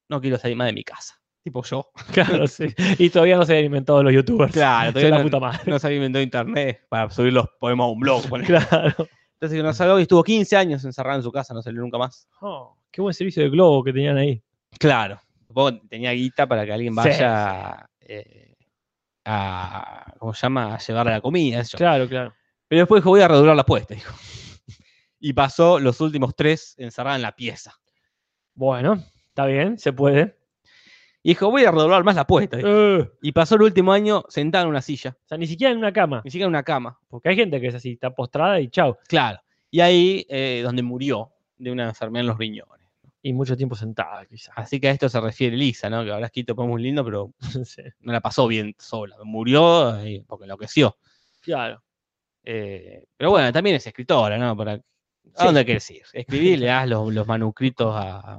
no quiero salir más de mi casa. Tipo yo. Claro, sí. Y todavía no se han inventado los youtubers. Claro, Son la todavía puta no, madre. no se había inventado internet para subir los poemas a un blog. ponele. Claro. Entonces no salió y estuvo 15 años encerrado en su casa, no salió nunca más. Oh, qué buen servicio de globo que tenían ahí. Claro. Supongo que tenía guita para que alguien Sí, vaya eh, a, ¿cómo se llama? A llevarle la comida. eso. Claro, claro. Pero después dijo, voy a redoblar la apuesta, dijo. Y pasó los últimos tres encerrada en la pieza. Bueno, está bien, se puede. Y dijo, voy a redoblar más la apuesta. dijo. Eh, Y pasó el último año sentada en una silla, o sea, ni siquiera en una cama. ni siquiera en una cama. Porque hay gente que es así, está postrada y chau. Claro. Y ahí eh, donde murió de una enfermedad en los riñones. y mucho tiempo sentada, quizás. Así que a esto se refiere Lisa, ¿no? Que ahora es Quito muy lindo, pero Sí, no la pasó bien sola. Murió eh, porque enloqueció. Claro. Eh, pero bueno, también es escritora, ¿no? Para, ¿A dónde quieres ir? Escribir, le das los, los manuscritos a,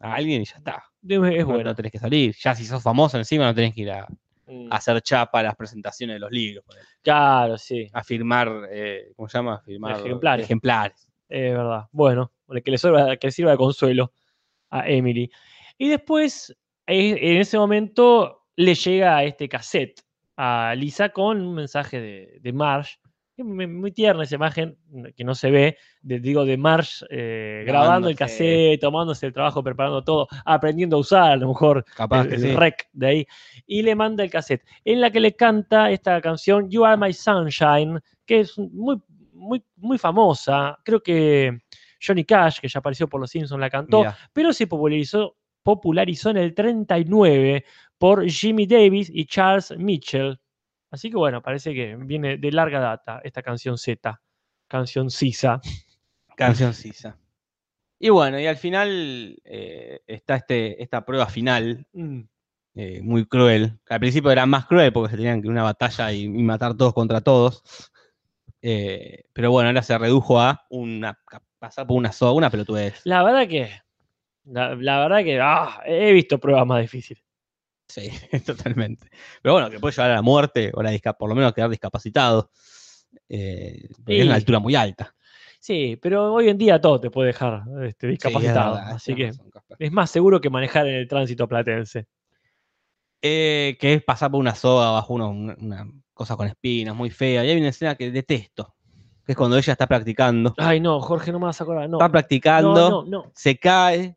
a alguien y ya está. Dime, Es No- No bueno. tenés que salir. Ya si sos famoso encima, no tenés que ir a, Mm. a hacer chapa a las presentaciones de los libros. ponele. Claro, sí. A firmar, eh, ¿cómo se llama? A firmar Ejemplares. ejemplares. Es verdad. Bueno, bueno, que le sirva, que le sirva de consuelo a Emily. Y después, eh, en ese momento, le llega este cassette a Lisa con un mensaje de, de Marge. que me- Muy tierna esa imagen mm, que no se ve, de- digo, de Marge eh, grabando el Grabándose. cassette, tomándose el trabajo, preparando todo, aprendiendo a usar a lo mejor Capaz el, que el sí. rec de ahí, y le manda el cassette, en la que le canta esta canción You Are My Sunshine, que es muy, muy, muy famosa. Creo que Johnny Cash, que ya apareció por Los Simpsons, la cantó, Mirá. pero se popularizó, popularizó en el 39 por Jimmy Davis y Charles Mitchell. Así que bueno, parece que viene de larga data esta canción Z, canción Sisa. Canción Sisa. Y bueno, y al final eh, está este, esta prueba final, eh, muy cruel. Al principio era más cruel porque se tenían que una batalla y, y matar todos contra todos. Eh, pero bueno, ahora se redujo a una, a pasar por una soga, una pelotudez. La verdad que, la, la verdad que ah, he visto pruebas más difíciles. Sí, totalmente. Pero bueno, que puede llevar a la muerte o la disca- por lo menos a quedar discapacitado. eh, porque es Y- una altura muy alta. Sí, pero hoy en día todo te puede dejar este, Sí, es discapacitado. verdad, así que tenés razón, Casper. es más seguro que manejar en el tránsito platense. Eh, que es pasar por una soga bajo uno- una, una cosa con espinas muy fea. Y hay una escena que detesto, que es cuando ella está practicando. Ay, no, Jorge, no me vas a acordar. No, Está practicando, no, no, no. se cae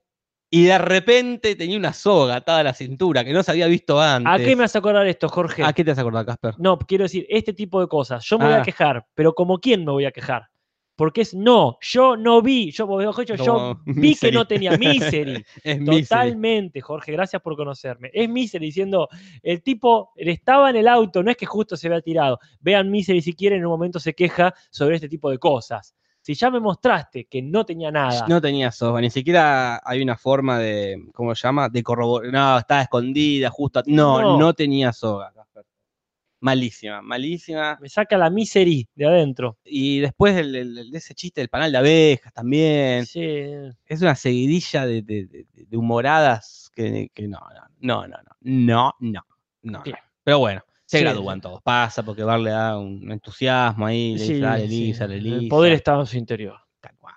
y de repente tenía una soga atada a la cintura que no se había visto antes. ¿A qué me vas a acordar esto, Jorge? ¿A qué te has acordado, Casper? No, quiero decir, este tipo de cosas. Yo me voy a Ah. quejar, pero ¿como quién me voy a quejar? Porque es no, yo no vi, yo, mejor dicho, yo Como vi que no Misery. tenía misery. Es Misery. Totalmente, Jorge, gracias por conocerme. Es Misery diciendo, el tipo él estaba en el auto, no es que justo se vea tirado. Vean Misery si quieren, en un momento se queja sobre este tipo de cosas. Si ya me mostraste que no tenía nada, No tenía soga, ni siquiera hay una forma de, ¿cómo se llama? De corroborar. No, estaba escondida, justo. at- No, No. no, tenía soga. Casper. Malísima, malísima. me saca la Misery de adentro. Y después del- del- del- de ese chiste del panal de abejas también. Sí, Es una seguidilla de, de- de- de humoradas que, que no, no, no, no, no, no, no, no. Bien. Pero bueno, se Sí, gradúan sí. todos. Pasa porque Bar le da un entusiasmo ahí. Le sí, dice, dale, sí, Lisa, dale, El Lisa". poder estaba en su interior. Tal cual.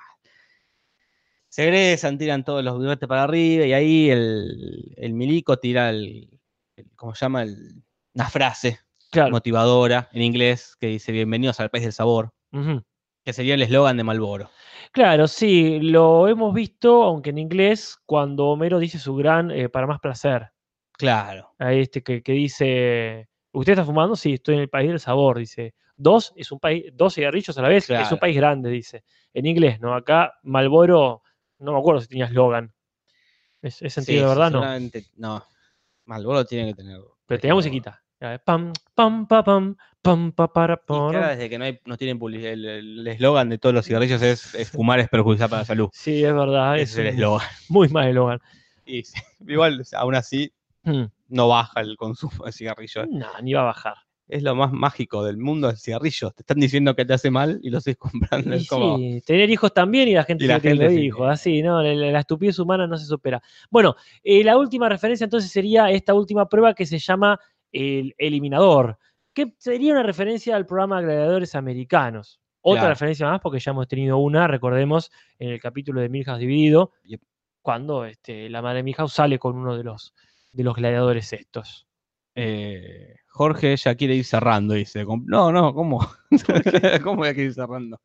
Se egresan, tiran todos los bigotes para arriba y ahí el, el milico tira el, el- ¿cómo se llama? El- una frase Claro. motivadora en inglés que dice bienvenidos al país del sabor, ujú. que sería el eslogan de Malboro. Claro, sí, lo hemos visto, aunque en inglés, cuando Homero dice su gran eh, para más placer. Claro, Ahí este que, que dice, ¿usted está fumando? Sí, estoy en el país del sabor, dice. Dos es un país, dos cigarrillos a la vez, es un Claro. país grande, dice. En inglés, ¿no? Acá Malboro, no me acuerdo si tenía eslogan. Es, es sentido de Sí, sí, verdad, no. seguramente- no. Malboro tiene que tener. Pero tenía musiquita. Era de Pam, pam, pa, pam, pam, pa, para, Y que ahora poro. desde que no, hay, no tienen publici- el- el eslogan de todos los cigarrillos es, es fumar es perjudicial para la salud. Sí, es verdad, Ese es es el un eslogan. muy mal eslogan. Y sí, igual, o sea, aún así, Mm, no baja el consumo de cigarrillos. No, ni va a bajar. es lo más mágico del mundo del cigarrillo. Te están diciendo que te hace mal y lo sigues comprando. Y Es como, sí, tener hijos también y la gente Y la sigue teniendo gente sí. hijos. Así, ¿no? La, la- la estupidez humana no se supera. Bueno, eh, la última referencia entonces sería esta última prueba que se llama el eliminador, que sería una referencia al programa Gladiadores Americanos. Otra Claro. referencia más, porque ya hemos tenido una, recordemos, en el capítulo de Milhouse Dividido, Yep. cuando este, la madre de Milhouse sale con uno de los, de los gladiadores estos. eh, Jorge ya quiere ir cerrando, dice. Com- No, no, ¿cómo? ¿Cómo voy a querer ir cerrando?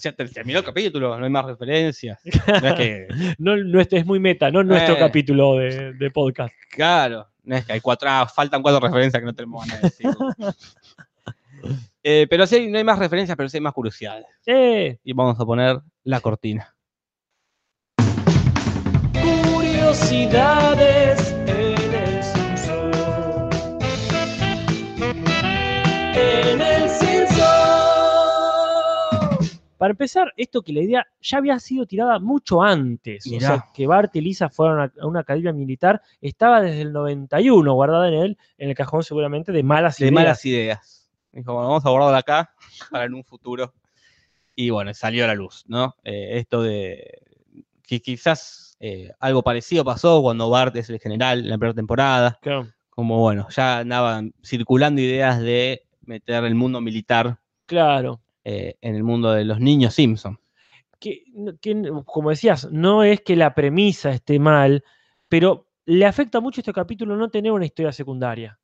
Ya te- terminó el capítulo, no hay más referencias. No es que, No, no, este es muy meta, no nuestro Eh. capítulo de, de podcast. claro, no es que hay cuatro, ah, faltan cuatro referencias que no tenemos ganas de decir. Eh, pero sí, hay- no hay más referencias, pero sí hay más curiosidades. Eh, Y vamos a poner la cortina. Curiosidades en el Simpson. En el Simpson. Para empezar, esto que la idea ya había sido tirada mucho antes. Mirá. O sea, que Bart y Lisa fueron a, a una academia militar, estaba desde el 91 guardada en el, en el cajón seguramente de malas de ideas. malas ideas. Dijo, bueno, vamos a guardarla acá para en un futuro. Y bueno, salió a la luz, ¿no? Eh, esto de que quizás eh, algo parecido pasó cuando Bart es el general en la primera temporada, Claro, como bueno, ya andaban circulando ideas de meter el mundo militar claro. eh, en el mundo de los niños Simpson. Que, no- que no- como decías, no es que la premisa esté mal, pero le afecta mucho este capítulo no tener una historia secundaria.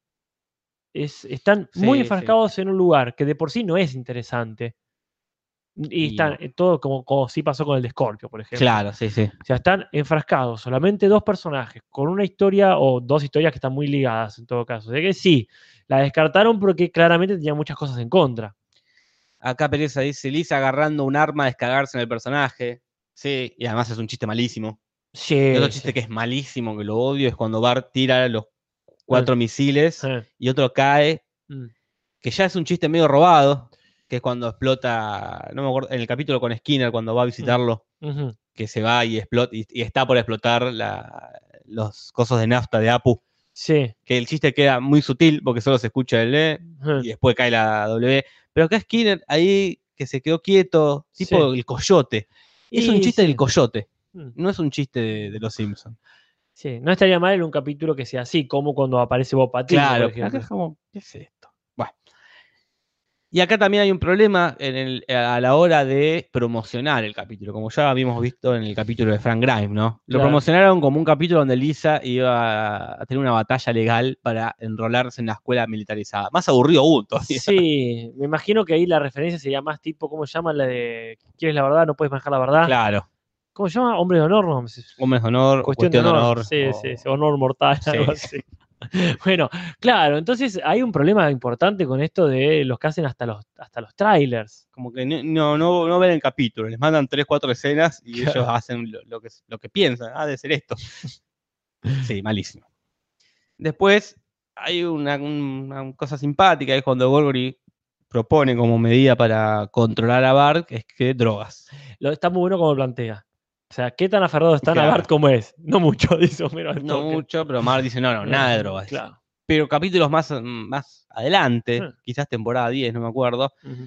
Es, están muy Sí, sí. enfrascados en un lugar que de por sí no es interesante. Y, Y están no. eh, todo como, como sí pasó con el de Scorpio, por ejemplo. Claro, sí, sí. O sea, están enfrascados solamente dos personajes, con una historia o dos historias que están muy ligadas en todo caso. O sea que sí, la descartaron porque claramente tenía muchas cosas en contra. Acá Pereza dice, Lisa agarrando un arma a descargarse en el personaje. Sí, y además es un chiste malísimo. Sí. Y otro Eh, sí. chiste que es malísimo, que lo odio, es cuando Bart tira los cuatro misiles Eh, y otro cae, mm. que ya es un chiste medio robado, que es cuando explota, no me acuerdo, en el capítulo con Skinner, cuando va a visitarlo, Ujú. que se va y explota, y, y está por explotar la- los cosos de nafta de Apu, Sí. que el chiste queda muy sutil porque solo se escucha el E ujú. y después cae la W. Pero acá Skinner, ahí que se quedó quieto, tipo el coyote. Es un Y chiste sí, del coyote, mm, no es un chiste de, de los Simpsons. sí, no estaría mal en un capítulo que sea así, como cuando aparece Bob Patiño, por Claro, acá ejemplo. es como, ¿qué es esto? Bueno. Y acá también hay un problema en el- a la hora de promocionar el capítulo, como ya habíamos visto en el capítulo de Frank Grimes, ¿no? Lo Claro. promocionaron como un capítulo donde Lisa iba a tener una batalla legal para enrolarse en la escuela militarizada. Más aburrido aún todavía. Sí, me imagino que ahí la referencia sería más tipo, ¿cómo se llama? La de ¿Quieres la verdad? No puedes manejar la verdad. Claro. ¿Cómo se llama? Hombre de honor. no, se- Hombres de honor, cuestión, de honor. Sí, o- sí, sí, honor mortal. Sí. algo así. Bueno, claro, entonces hay un problema importante con esto de los que hacen hasta los, hasta los trailers. Como que no, no, no, no ven el capítulo, les mandan tres, cuatro escenas y ellos hacen lo, lo que, lo que piensan, ha de ser esto. Sí, malísimo. Después hay una, una cosa simpática, es cuando Gorgory propone como medida para controlar a Bart, que es que drogas. Lo, está muy bueno como lo plantea. O sea, ¿qué tan aferrados están a Claro. Bart como es? No mucho, dice Homero. al No toque. mucho, pero Mar dice, no, no, nada de drogas. Claro. Pero capítulos más, más adelante, Ah. quizás temporada 10, no me acuerdo, Ujú.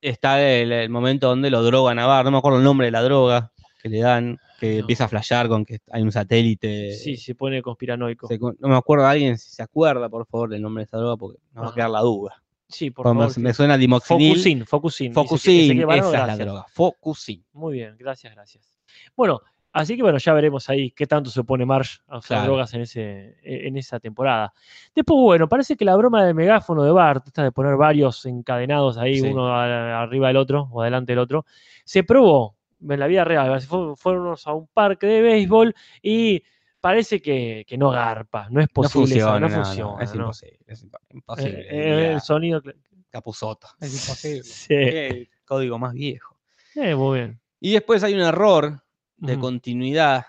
está el, el momento donde lo drogan a Bart, no me acuerdo el nombre de la droga que le dan, que No. empieza a flashear con que hay un satélite. Sí, se pone conspiranoico. Eh, Se- no me acuerdo alguien si se acuerda, por favor, del nombre de esa droga, porque nos va a Ajá. quedar la duda. Sí, por Porque me- favor. me, suena dimoxidil. Focusin, focusin. Focusin, Dice que- Ezequiel Barón, esa es la gracias. droga. Focusin. Muy bien, gracias, gracias. Bueno, así que bueno, ya veremos ahí qué tanto se pone Marsh a usar Claro. drogas en, ese, e, en esa temporada. Después, bueno, parece que la broma del megáfono de Bart, esta de poner varios encadenados ahí, Sí. uno a- arriba del otro o adelante del otro, se probó en la vida real. Se fue- fueron unos a un parque de béisbol y parece que, que no garpa, no es No posible, esa- funciona, no no, no, funciona. es ¿no? imposible. Es impo- imposible. Eh, eh, diría el sonido. cl- Capusotto. Es imposible. Sí. Qué código más viejo. Eh, muy bien. Y después hay un error de Ujú. continuidad.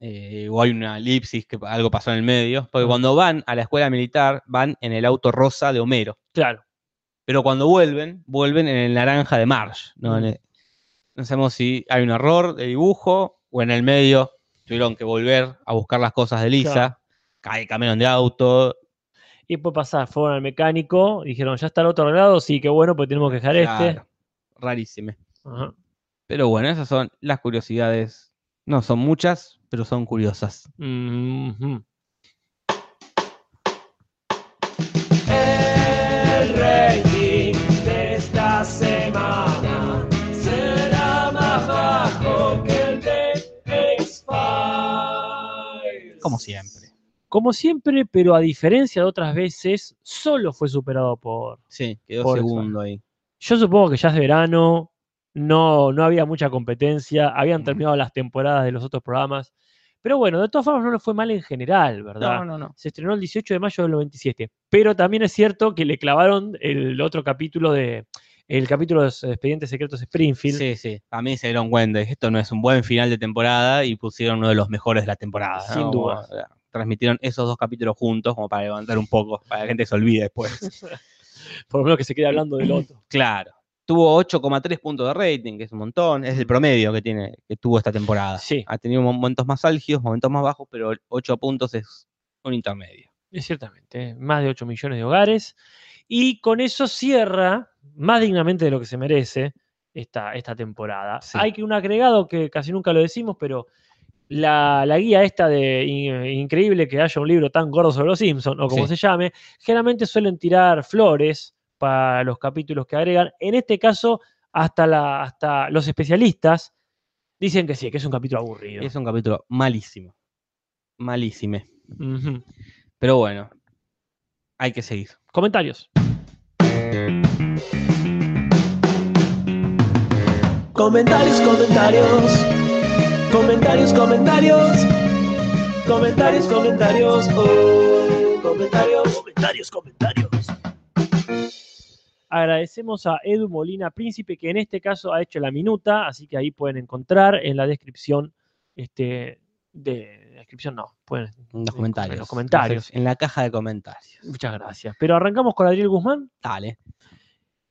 eh, o hay una elipsis que algo pasó en el medio. Porque Ujú. cuando van a la escuela militar, van en el auto rosa de Homero. Claro. Pero cuando vuelven, vuelven en el naranja de Marsh. No, En Mm. el- no sabemos si hay un error de dibujo o en el medio tuvieron que volver a buscar las cosas de Lisa. Claro. Cae camión de auto. Y puede pasar, fueron al mecánico, dijeron, ya está el otro arreglado, sí, qué bueno, pues tenemos que dejar este. Claro, rarísimo. Ajá. Pero bueno, esas son las curiosidades. No son muchas, pero son curiosas. Mhm. El rating de esta semana será más bajo que el de X-Files. Como siempre. Como siempre, pero a diferencia de otras veces, solo fue superado por... Sí, quedó Por segundo ahí. Yo supongo que ya es verano, no, no había mucha competencia, habían Mm. terminado las temporadas de los otros programas, pero bueno, de todas formas no le fue mal en general, ¿verdad? no, no. Se estrenó el 18 de mayo del 97, pero también es cierto que le clavaron el otro capítulo de... El capítulo de los expedientes secretos Springfield. Sí, sí. A mí se dieron cuenta de que esto no es un buen final de temporada y pusieron uno de los mejores de la temporada. ¿no? Sin Como, duda. o sea, transmitieron esos dos capítulos juntos como para levantar un poco, para que la gente se olvide después. Por lo menos que se quede hablando del otro. claro. Tuvo 8,3 puntos de rating, que es un montón. Es el promedio que tiene, que tuvo esta temporada. Mm. Sí. Ha tenido momentos más álgidos, momentos más bajos, pero 8 puntos es un intermedio. Eh, Ciertamente, ¿eh? más de 8 millones de hogares. Y con eso cierra, más dignamente de lo que se merece, esta, esta temporada. Sí. Hay que un agregado que casi nunca lo decimos, pero la, la guía esta de in- increíble que haya un libro tan gordo sobre los Simpsons, o como Sí. se llame, generalmente suelen tirar flores para los capítulos que agregan. En este caso, hasta, la, hasta los especialistas dicen que sí, que es un capítulo aburrido. Es un capítulo malísimo. Malísime. Ujú. Pero bueno, hay que seguir. Comentarios. Comentarios, comentarios. Comentarios, comentarios. Comentarios, comentarios. Oh, comentarios, comentarios, comentarios. Agradecemos a Edu Molina Príncipe, que en este caso ha hecho la minuta, así que ahí pueden encontrar en la descripción, este, de la descripción no, pueden, En los En comentarios. los comentarios. No sé, En la caja de comentarios. muchas gracias. Pero arrancamos con Adriel Guzmán. Dale.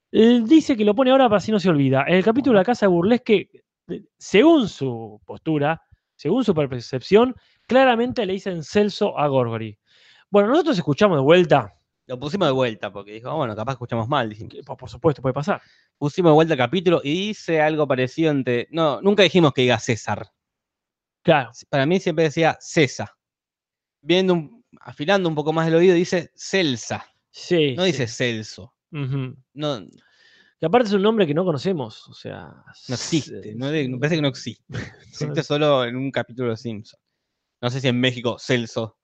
Él dice que lo pone ahora para así no se olvida. El capítulo de la casa de burlesque, eh, según su postura, según su percepción, claramente le dicen Celso a Gorgori. Bueno, nosotros escuchamos de vuelta, Lo pusimos de vuelta porque dijo, "Ah, bueno, capaz escuchamos mal. dijimos. que, por por supuesto puede pasar. Pusimos de vuelta el capítulo y dice algo parecido entre. No, nunca dijimos que diga César. Claro, Para mí siempre decía César. Viendo un- afilando un poco más el oído, dice Celsa. sí. No sí. dice Celso. Ujú. No, Que aparte es un nombre que no conocemos, o sea. eh, no existe. No, es- de- me parece que no existe. Existe solo en un capítulo de los Simpsons. No sé si en México Celso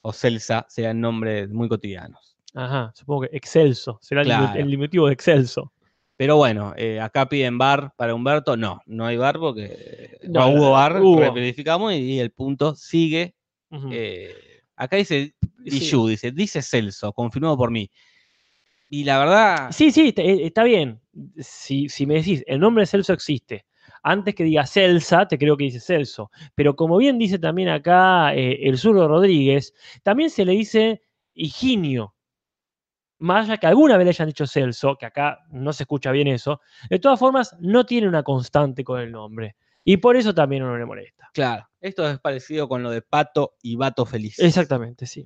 o Celsa sean nombres muy cotidianos. Ajá, supongo que Excelso, será el dimin- Claro. el diminutivo de Excelso. Pero bueno, eh, acá piden bar para Humberto. No, no hay bar porque eh, No, no, hubo la- bar, hubo. Mm. replanificamos y el punto sigue. Ujú. eh, acá dice Sí. Diyu, dice, dice Celso, confirmado por mí. Y la verdad, Sí, sí, está, eh, está bien. Si, si me decís, el nombre de Celso existe. Antes que diga Celsa, te creo que dice Celso. Pero como bien dice también acá eh, el zurdo Rodríguez, también se le dice Higinio. Más allá que alguna vez le hayan dicho Celso, que acá no se escucha bien eso, de todas formas no tiene una constante con el nombre. Y por eso también uno le molesta. claro, esto es parecido con lo de Pato y Vato Feliz. Exactamente, sí.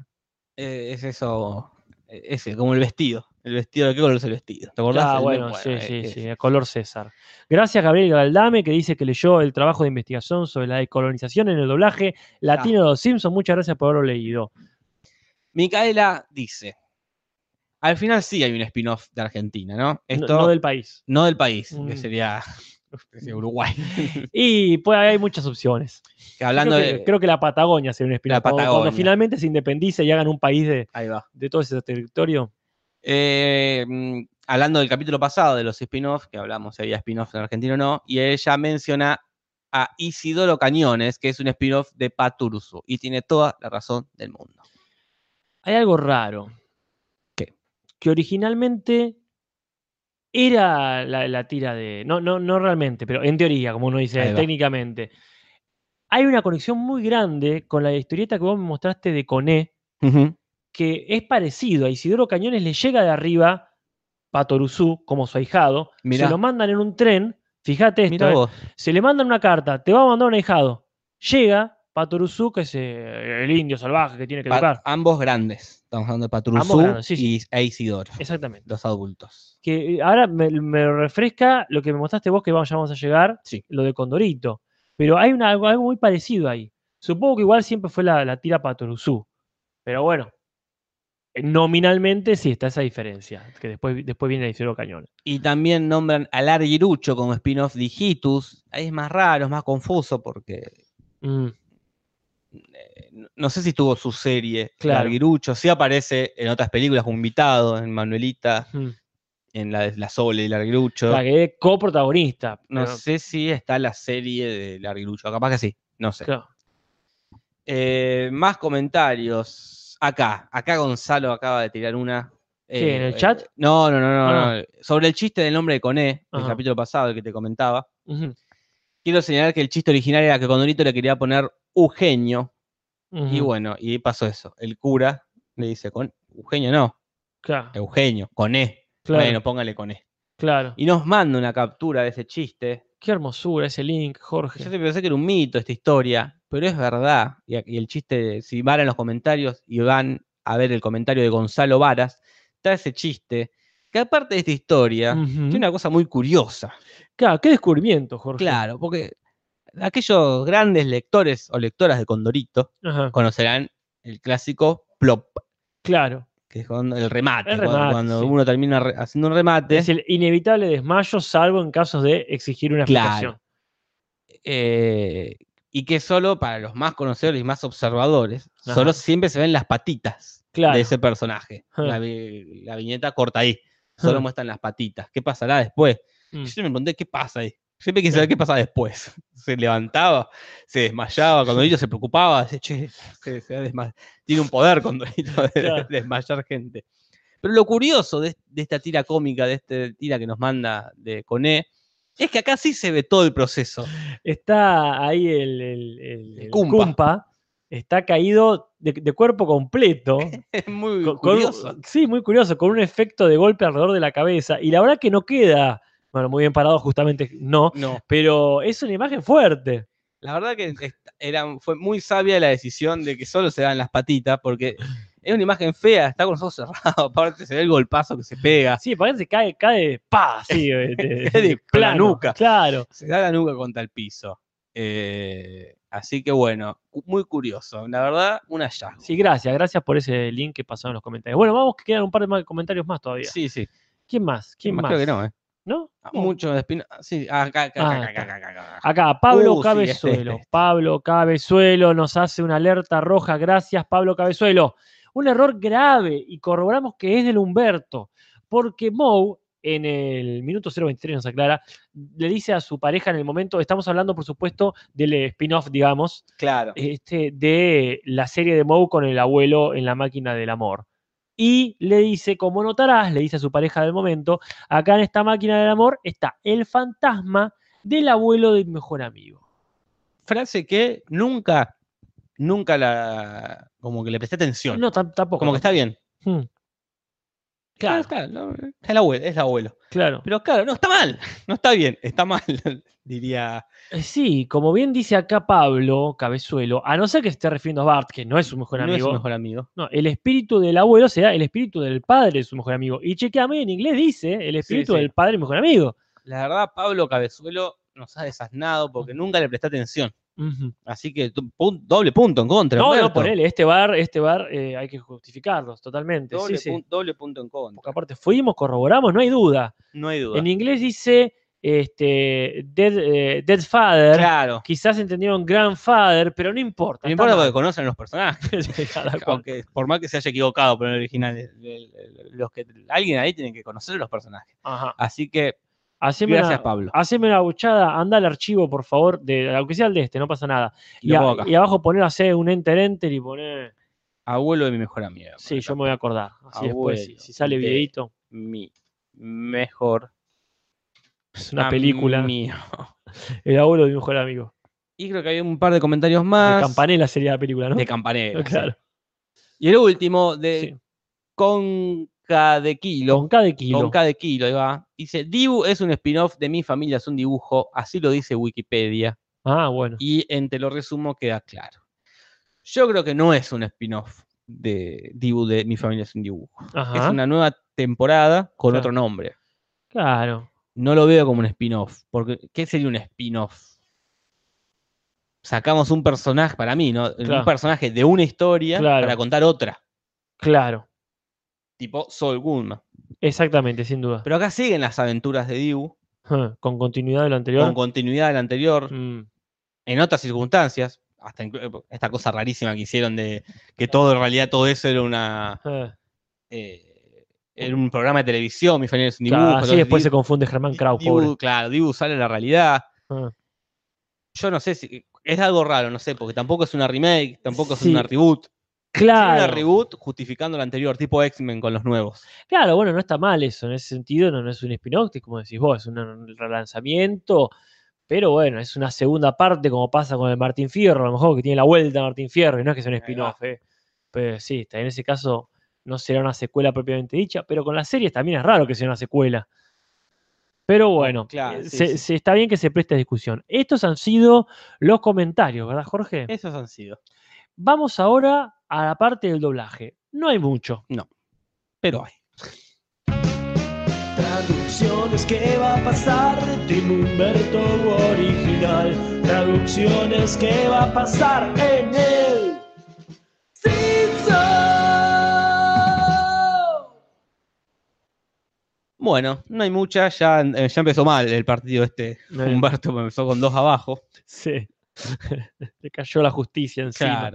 Eh, es eso, eh, ese, como el vestido. El vestido, ¿de qué color es el vestido? ¿Te acordás? Ah, El- bueno, sí, eh, sí, eh, sí, el color César. Gracias, Gabriel Galdame, que dice que leyó el trabajo de investigación sobre la decolonización en el doblaje latino de los Simpsons. Muchas gracias por haberlo leído. Micaela dice, al final sí hay un spin-off de Argentina, ¿no? No- Esto, No, del país. No del país, Mm. que sería, que sería Uruguay. Y pues hay muchas opciones. Que hablando creo, que, de. creo que la Patagonia sería un spin La Cuando Patagonia. finalmente se independice y hagan un país de, Ahí va. de todo ese territorio. Eh, mm, hablando del capítulo pasado de los spin-offs, que hablamos si había spin-offs en Argentina o no, y ella menciona a Isidoro Cañones, que es un spin-off de Paturusu, y tiene toda la razón del mundo. Hay algo raro. ¿Qué? Que originalmente era la, la tira de. No, no, no realmente, pero en teoría, como uno Ahí dice, va. técnicamente. Hay una conexión muy grande con la historieta que vos me mostraste de Coné, que es parecido. A Isidoro Cañones le llega de arriba Patoruzú como su ahijado. Mirá. Se lo mandan en un tren. Fíjate esto. Mira eh, vos. se le mandan una carta, te va a mandar un ahijado. Llega Patoruzú, que es eh, el indio salvaje que tiene que Pa- educar. ambos grandes. Estamos hablando de Ambos Paturusu grandes, sí, y e Isidoro, Exactamente. los adultos. Que eh, ahora me, me refresca lo que me mostraste vos, que vamos, ya vamos a llegar, Sí. lo de Condorito. Pero hay una, algo, algo muy parecido ahí. Supongo que igual siempre fue la, la tira Patoruzú. Pero bueno, eh, nominalmente sí está esa diferencia. Que después, después viene el Isidoro Cañón. Y también nombran a Larguirucho como spin-off de Hijitus. Ahí es más raro, es más confuso porque Mm, eh, no- no sé si tuvo su serie, Claro. claro. Larguirucho, sí aparece en otras películas como invitado, en Manuelita, mm. en la de La Sole y Larguirucho. La que es coprotagonista. No pero- sé si está la serie de Larguirucho, capaz que sí, no sé. claro. Eh, más comentarios. Acá, acá Gonzalo acaba de tirar una. ¿Qué, en eh, el chat? No, no, no, no, Ah. no. Sobre el chiste del nombre de Coné, del Ajá. capítulo pasado el que te comentaba. Ujú, Quiero señalar que el chiste original era que Condorito le quería poner Eugenio. Y ujú, bueno, y pasó eso. El cura le dice, con Eugenio no, claro, Eugenio, con E. claro, Bueno, póngale con E. Claro. Y nos manda una captura de ese chiste. Qué hermosura ese link, Yo Jorge. siempre pensé que era un mito esta historia, pero es verdad. Y, a- y el chiste, si van a los comentarios y van a ver el comentario de Gonzalo Varas, está ese chiste. Que aparte de esta historia, Ujú. tiene una cosa muy curiosa. Claro, qué descubrimiento, Jorge. Claro, porque aquellos grandes lectores o lectoras de Condorito Ajá, conocerán el clásico plop, claro. que es cuando- el remate. El cuando- remate, cuando sí. uno termina re- haciendo un remate. Es el inevitable desmayo, salvo en casos de exigir una Claro. explicación. eh, y que solo para los más conocedores y más observadores, Ajá. solo siempre se ven las patitas Claro. de ese personaje. Ja. La, vi- la viñeta corta ahí, solo Ja. muestran las patitas. ¿Qué pasará después? Mm. Yo siempre me pregunté qué pasa ahí. Siempre quise saber qué pasa después. Se levantaba, se desmayaba, cuando ellos se preocupaba, decía, "Che, se, se va a desma- tiene un poder cuando de, Claro. desmayar gente. Pero lo curioso de, de esta tira cómica, de esta tira que nos manda de Coné, es que acá sí se ve todo el proceso. Está ahí el, el, el- El el cumpa. cumpa, Está caído de, de cuerpo completo. Es muy con- con un- curioso. sí, muy curioso, con un efecto de golpe alrededor de la cabeza. Y la verdad que no queda, bueno, muy bien parado, justamente no, No, pero es una imagen fuerte. la verdad que es- era, fue muy sabia la decisión de que solo se dan las patitas, porque es una imagen fea, está con los ojos cerrados, aparte se ve el golpazo que se pega, Sí, parece que cae, cae, pa, así, de, Ah. Cae de- con la plano, nuca. Claro. se da la nuca contra el piso. Eh, así que bueno, cu- muy curioso, la verdad, un hallazgo. Sí, gracias, gracias por ese link que pasaron en los comentarios. Bueno, vamos que quedan un par de más comentarios más todavía. sí, sí. ¿Quién más? ¿Quién más? Creo que no, ¿eh? ¿No? Ah, Mucho de espina. Sí, acá, acá, Ah, acá, acá. acá, acá, acá, acá. Acá, Pablo Uh, sí, este, Cabezuelo. este, este. Pablo Cabezuelo nos hace una alerta roja. Gracias, Pablo Cabezuelo. Un error grave y corroboramos que es del Humberto, porque Moe, en el minuto 023 nos aclara, le dice a su pareja en el momento, estamos hablando por supuesto del eh, spin-off, digamos, Claro. este, de la serie de Moe con el abuelo en la máquina del amor. Y le dice, como notarás, le dice a su pareja del momento, acá en esta máquina del amor está el fantasma del abuelo de mi mejor amigo. Frase que nunca, nunca la. Como que le presté atención. No, tam- tampoco. como que está bien. Hmm. Claro, Claro, eh. claro. no, es el abuelo, es el abuelo. claro. Pero claro, no está mal. No está bien, está mal, diría. Eh, Sí, como bien dice acá Pablo Cabezuelo, a no ser que se esté refiriendo a Bart, que no es su mejor no es amigo, su mejor amigo. No, el espíritu del abuelo será el espíritu del padre de su mejor amigo. Y chequeame, en inglés dice el espíritu sí. del padre de mi mejor amigo. La verdad, Pablo Cabezuelo nos ha desasnado Hmm. porque nunca le presté atención. Ujú. Así que tu- pun- doble punto en contra. No, no, Humberto. ponele, este bar, este bar eh, hay que justificarlos totalmente. Doble, sí, sí. pun- doble punto en contra. Porque aparte fuimos, corroboramos, no hay duda. No hay duda. En inglés dice este, dead, eh, dead father. Claro. Quizás entendieron grandfather, pero no importa. No está mal. importa porque conocen los personajes. Cada cual. Aunque por más que se haya equivocado por el original, el- el- el- los que, alguien ahí tiene que conocer los personajes. Ajá. Así que Haceme gracias, una, Pablo. haceme una buchada, anda al archivo, por favor, de, aunque sea el de este, no pasa nada. Y Y, lo a- pongo acá. y abajo poner, hacer un enter, enter y poner. Abuelo de mi mejor amigo. Sí, yo me voy a acordar. Así después, si, Abuelo si sale de- videito, mi mejor es una película. amigo. El abuelo de mi mejor amigo. Y creo que hay un par de comentarios más. De Campanella sería la película, ¿no? De Campanella, sí. Eh, Claro. Y el último, de Sí. Conca de Con Kilo. cada kilo. Conca de Kilo, ahí va. Dice, Dibu es un spin-off de Mi familia es un dibujo, así lo dice Wikipedia. Ah, bueno. Y en Te lo resumo queda claro. Yo creo que no es un spin-off de Dibu de Mi familia es un dibujo. Ajá. Es una nueva temporada con Ah. Claro. otro nombre. Claro. No lo veo como un spin-off. Porque, ¿qué sería un spin-off? Sacamos un personaje, para mí, ¿no? Un Claro. personaje de una historia Claro. para contar otra. Claro. Tipo Sol Goodman. Exactamente, sin duda. Pero acá siguen las aventuras de Dibu, Ah, Con continuidad de lo anterior. con continuidad del anterior, Mm, en otras circunstancias. Hasta inclu- esta cosa rarísima que hicieron de que todo, en realidad, todo eso era una. ah, eh, era un programa de televisión, mi familia es un dibujo. claro, así entonces después se Dibu- confunde Germán Krau, Dibu, pobre. Claro, Dibu sale a la realidad. Ah. Yo no sé si. Es algo raro, no sé, porque tampoco es una remake, tampoco es Sí, una reboot. Sería Una Claro. reboot justificando la anterior, tipo X-Men con los nuevos. Claro, bueno, no está mal eso. En ese sentido, no, no es un spin-off, que como decís vos, es un- un relanzamiento. Pero bueno, es una segunda parte, como pasa con el Martín Fierro, a lo mejor que tiene la vuelta Martín Fierro, y no es que sea un va. spin-off, eh. Pero sí, está- en ese caso no será una secuela propiamente dicha, pero con las series también es raro que sea una secuela. Pero bueno, Ah, Claro, eh, sí, se- sí. se- está bien que se preste discusión. Estos han sido los comentarios, ¿verdad, Jorge? Esos han sido. Vamos ahora a la parte del doblaje. No hay mucho. Pero hay. Traducciones que va a pasar Tim Humberto original Traducciones que va a pasar en el Simpson Bueno, no hay mucha. Ya, eh, ya empezó mal el partido este. Eh. Humberto empezó con dos abajo. Sí. Le cayó la justicia encima.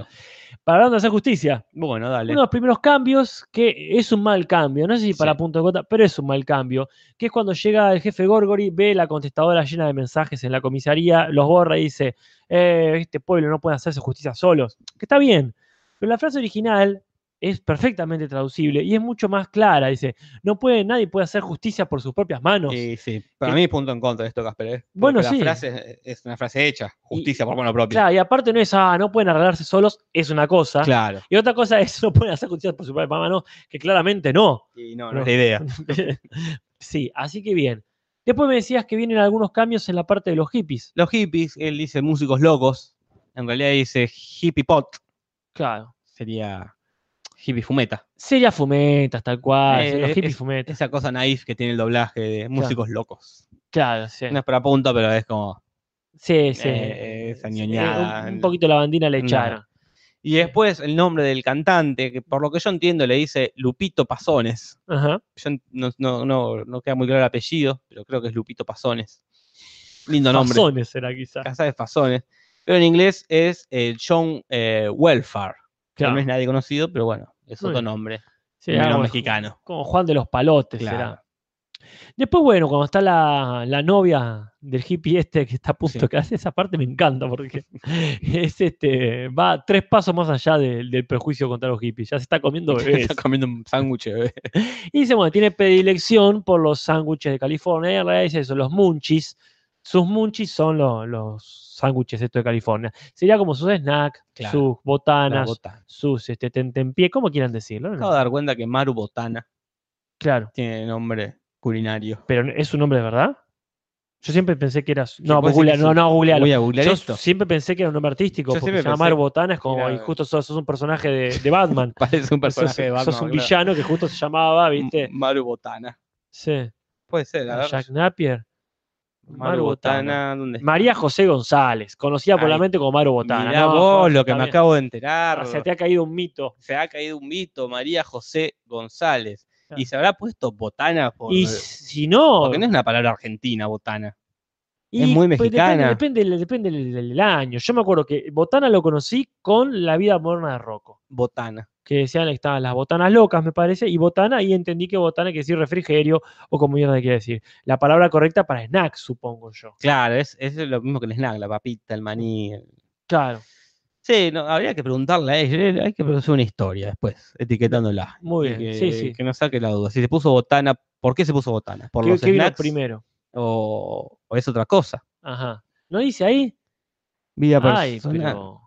Para dónde hacer justicia. Bueno, dale. Uno de los primeros cambios, que es un mal cambio, no sé si para Sí. punto de cuenta, pero es un mal cambio, que es cuando llega el jefe Gorgori, ve la contestadora llena de mensajes en la comisaría, los borra y dice, "Eh, este pueblo no puede hacerse justicia solos, que está bien, pero la frase original es perfectamente traducible y es mucho más clara, dice, no puede, nadie puede hacer justicia por sus propias manos. Y sí, para Eh, mí punto en contra de esto, Casper. ¿eh? Porque bueno, la sí. frase es- es una frase hecha, justicia por mano propia. Claro, y aparte no es, ah, no pueden arreglarse solos, es una cosa. Claro. Y otra cosa es, no pueden hacer justicia por sus propias manos, que claramente no. Y no, No. no es la idea. sí, así que bien. Después me decías que vienen algunos cambios en la parte de los hippies. Los hippies, él dice músicos locos. En realidad dice hippie pot. Claro. Sería hippie fumeta. Sería fumetas, tal cual. Eh, sí, los hippies es- fumetas. Esa cosa naif que tiene el doblaje de músicos locos. Claro, sí. No es para punto, pero es como. sí, sí. eh, esa Sí, ñoñada. un, un poquito la bandina le Nada. echaron. Y después el nombre del cantante, que por lo que yo entiendo le dice Lupito Pasones. Ajá. Yo en- no, no, no, no queda muy claro el apellido, pero creo que es Lupito Pasones. Lindo nombre. Fazones era quizás. Casa de Fasones. Pero en inglés es eh, John eh, Welfare. que Claro. No es nadie conocido, pero bueno, es Muy otro bien. nombre. Sí, menos era como- mexicano. Como Juan de los Palotes Claro. será. Después, bueno, cuando está la, la novia del hippie este que está a punto, Sí. que hace esa parte me encanta porque es este, va tres pasos más allá de- del prejuicio contra los hippies. Ya se está comiendo bebés. Está comiendo un sándwich, bebé. Y dice, bueno, tiene predilección por los sándwiches de California. Y en realidad dice eso, los munchies. Sus munchies son lo- los sándwiches estos de California. Sería como sus snacks, Claro. sus La botanas, botana. sus este, tentempié, como quieran decirlo. ¿no? Acabo de dar cuenta que Maru Botana Claro. tiene nombre culinario. Pero es un nombre de verdad. Yo siempre pensé que era. su- No, puede pues ser que googlea- no, sí. no, googlealo. Voy a googlear Yo esto. siempre pensé que era un nombre artístico, Yo porque siempre llamar pensé Botana es como, que era- y justo sos, sos un personaje de, de Batman. Parece un sos, personaje de Batman. sos un claro. villano que justo se llamaba, M- ¿viste? Ah, Maru Botana. Sí. Puede ser, a ver. Jack Napier. Maru Botana, ¿dónde está? María José González, conocida por la Ahí. mente como Maru Botana. Mirá No, vos Jorge, lo que me está bien. acabo de enterar. Ah, Se te ha caído un mito. Se ha caído un mito, María José González. Claro. Y se habrá puesto botana por. Ah. Y si no, eh, Porque no es una palabra argentina, botana. y es muy pues mexicana. Depende, depende, depende del, del año. Yo me acuerdo que Botana lo conocí con La vida moderna de Rocco. Botana. Que decían que estaban las botanas locas, me parece, y botana, y entendí que botana quiere decir refrigerio o como mierda quiere decir. La palabra correcta para snack, supongo yo. Claro, es, es lo mismo que el snack, la papita, el maní. el- Claro, Sí, no, habría que preguntarle a ella. eh, Hay que hacer una historia después, etiquetándola. muy y bien. Que, sí, sí. que nos saque la duda. Si se puso botana, ¿por qué se puso botana? ¿Por ¿Qué- los qué vino snacks? primero? O, o es otra cosa? Ajá. ¿No dice ahí? Vida Ay, personal. pero.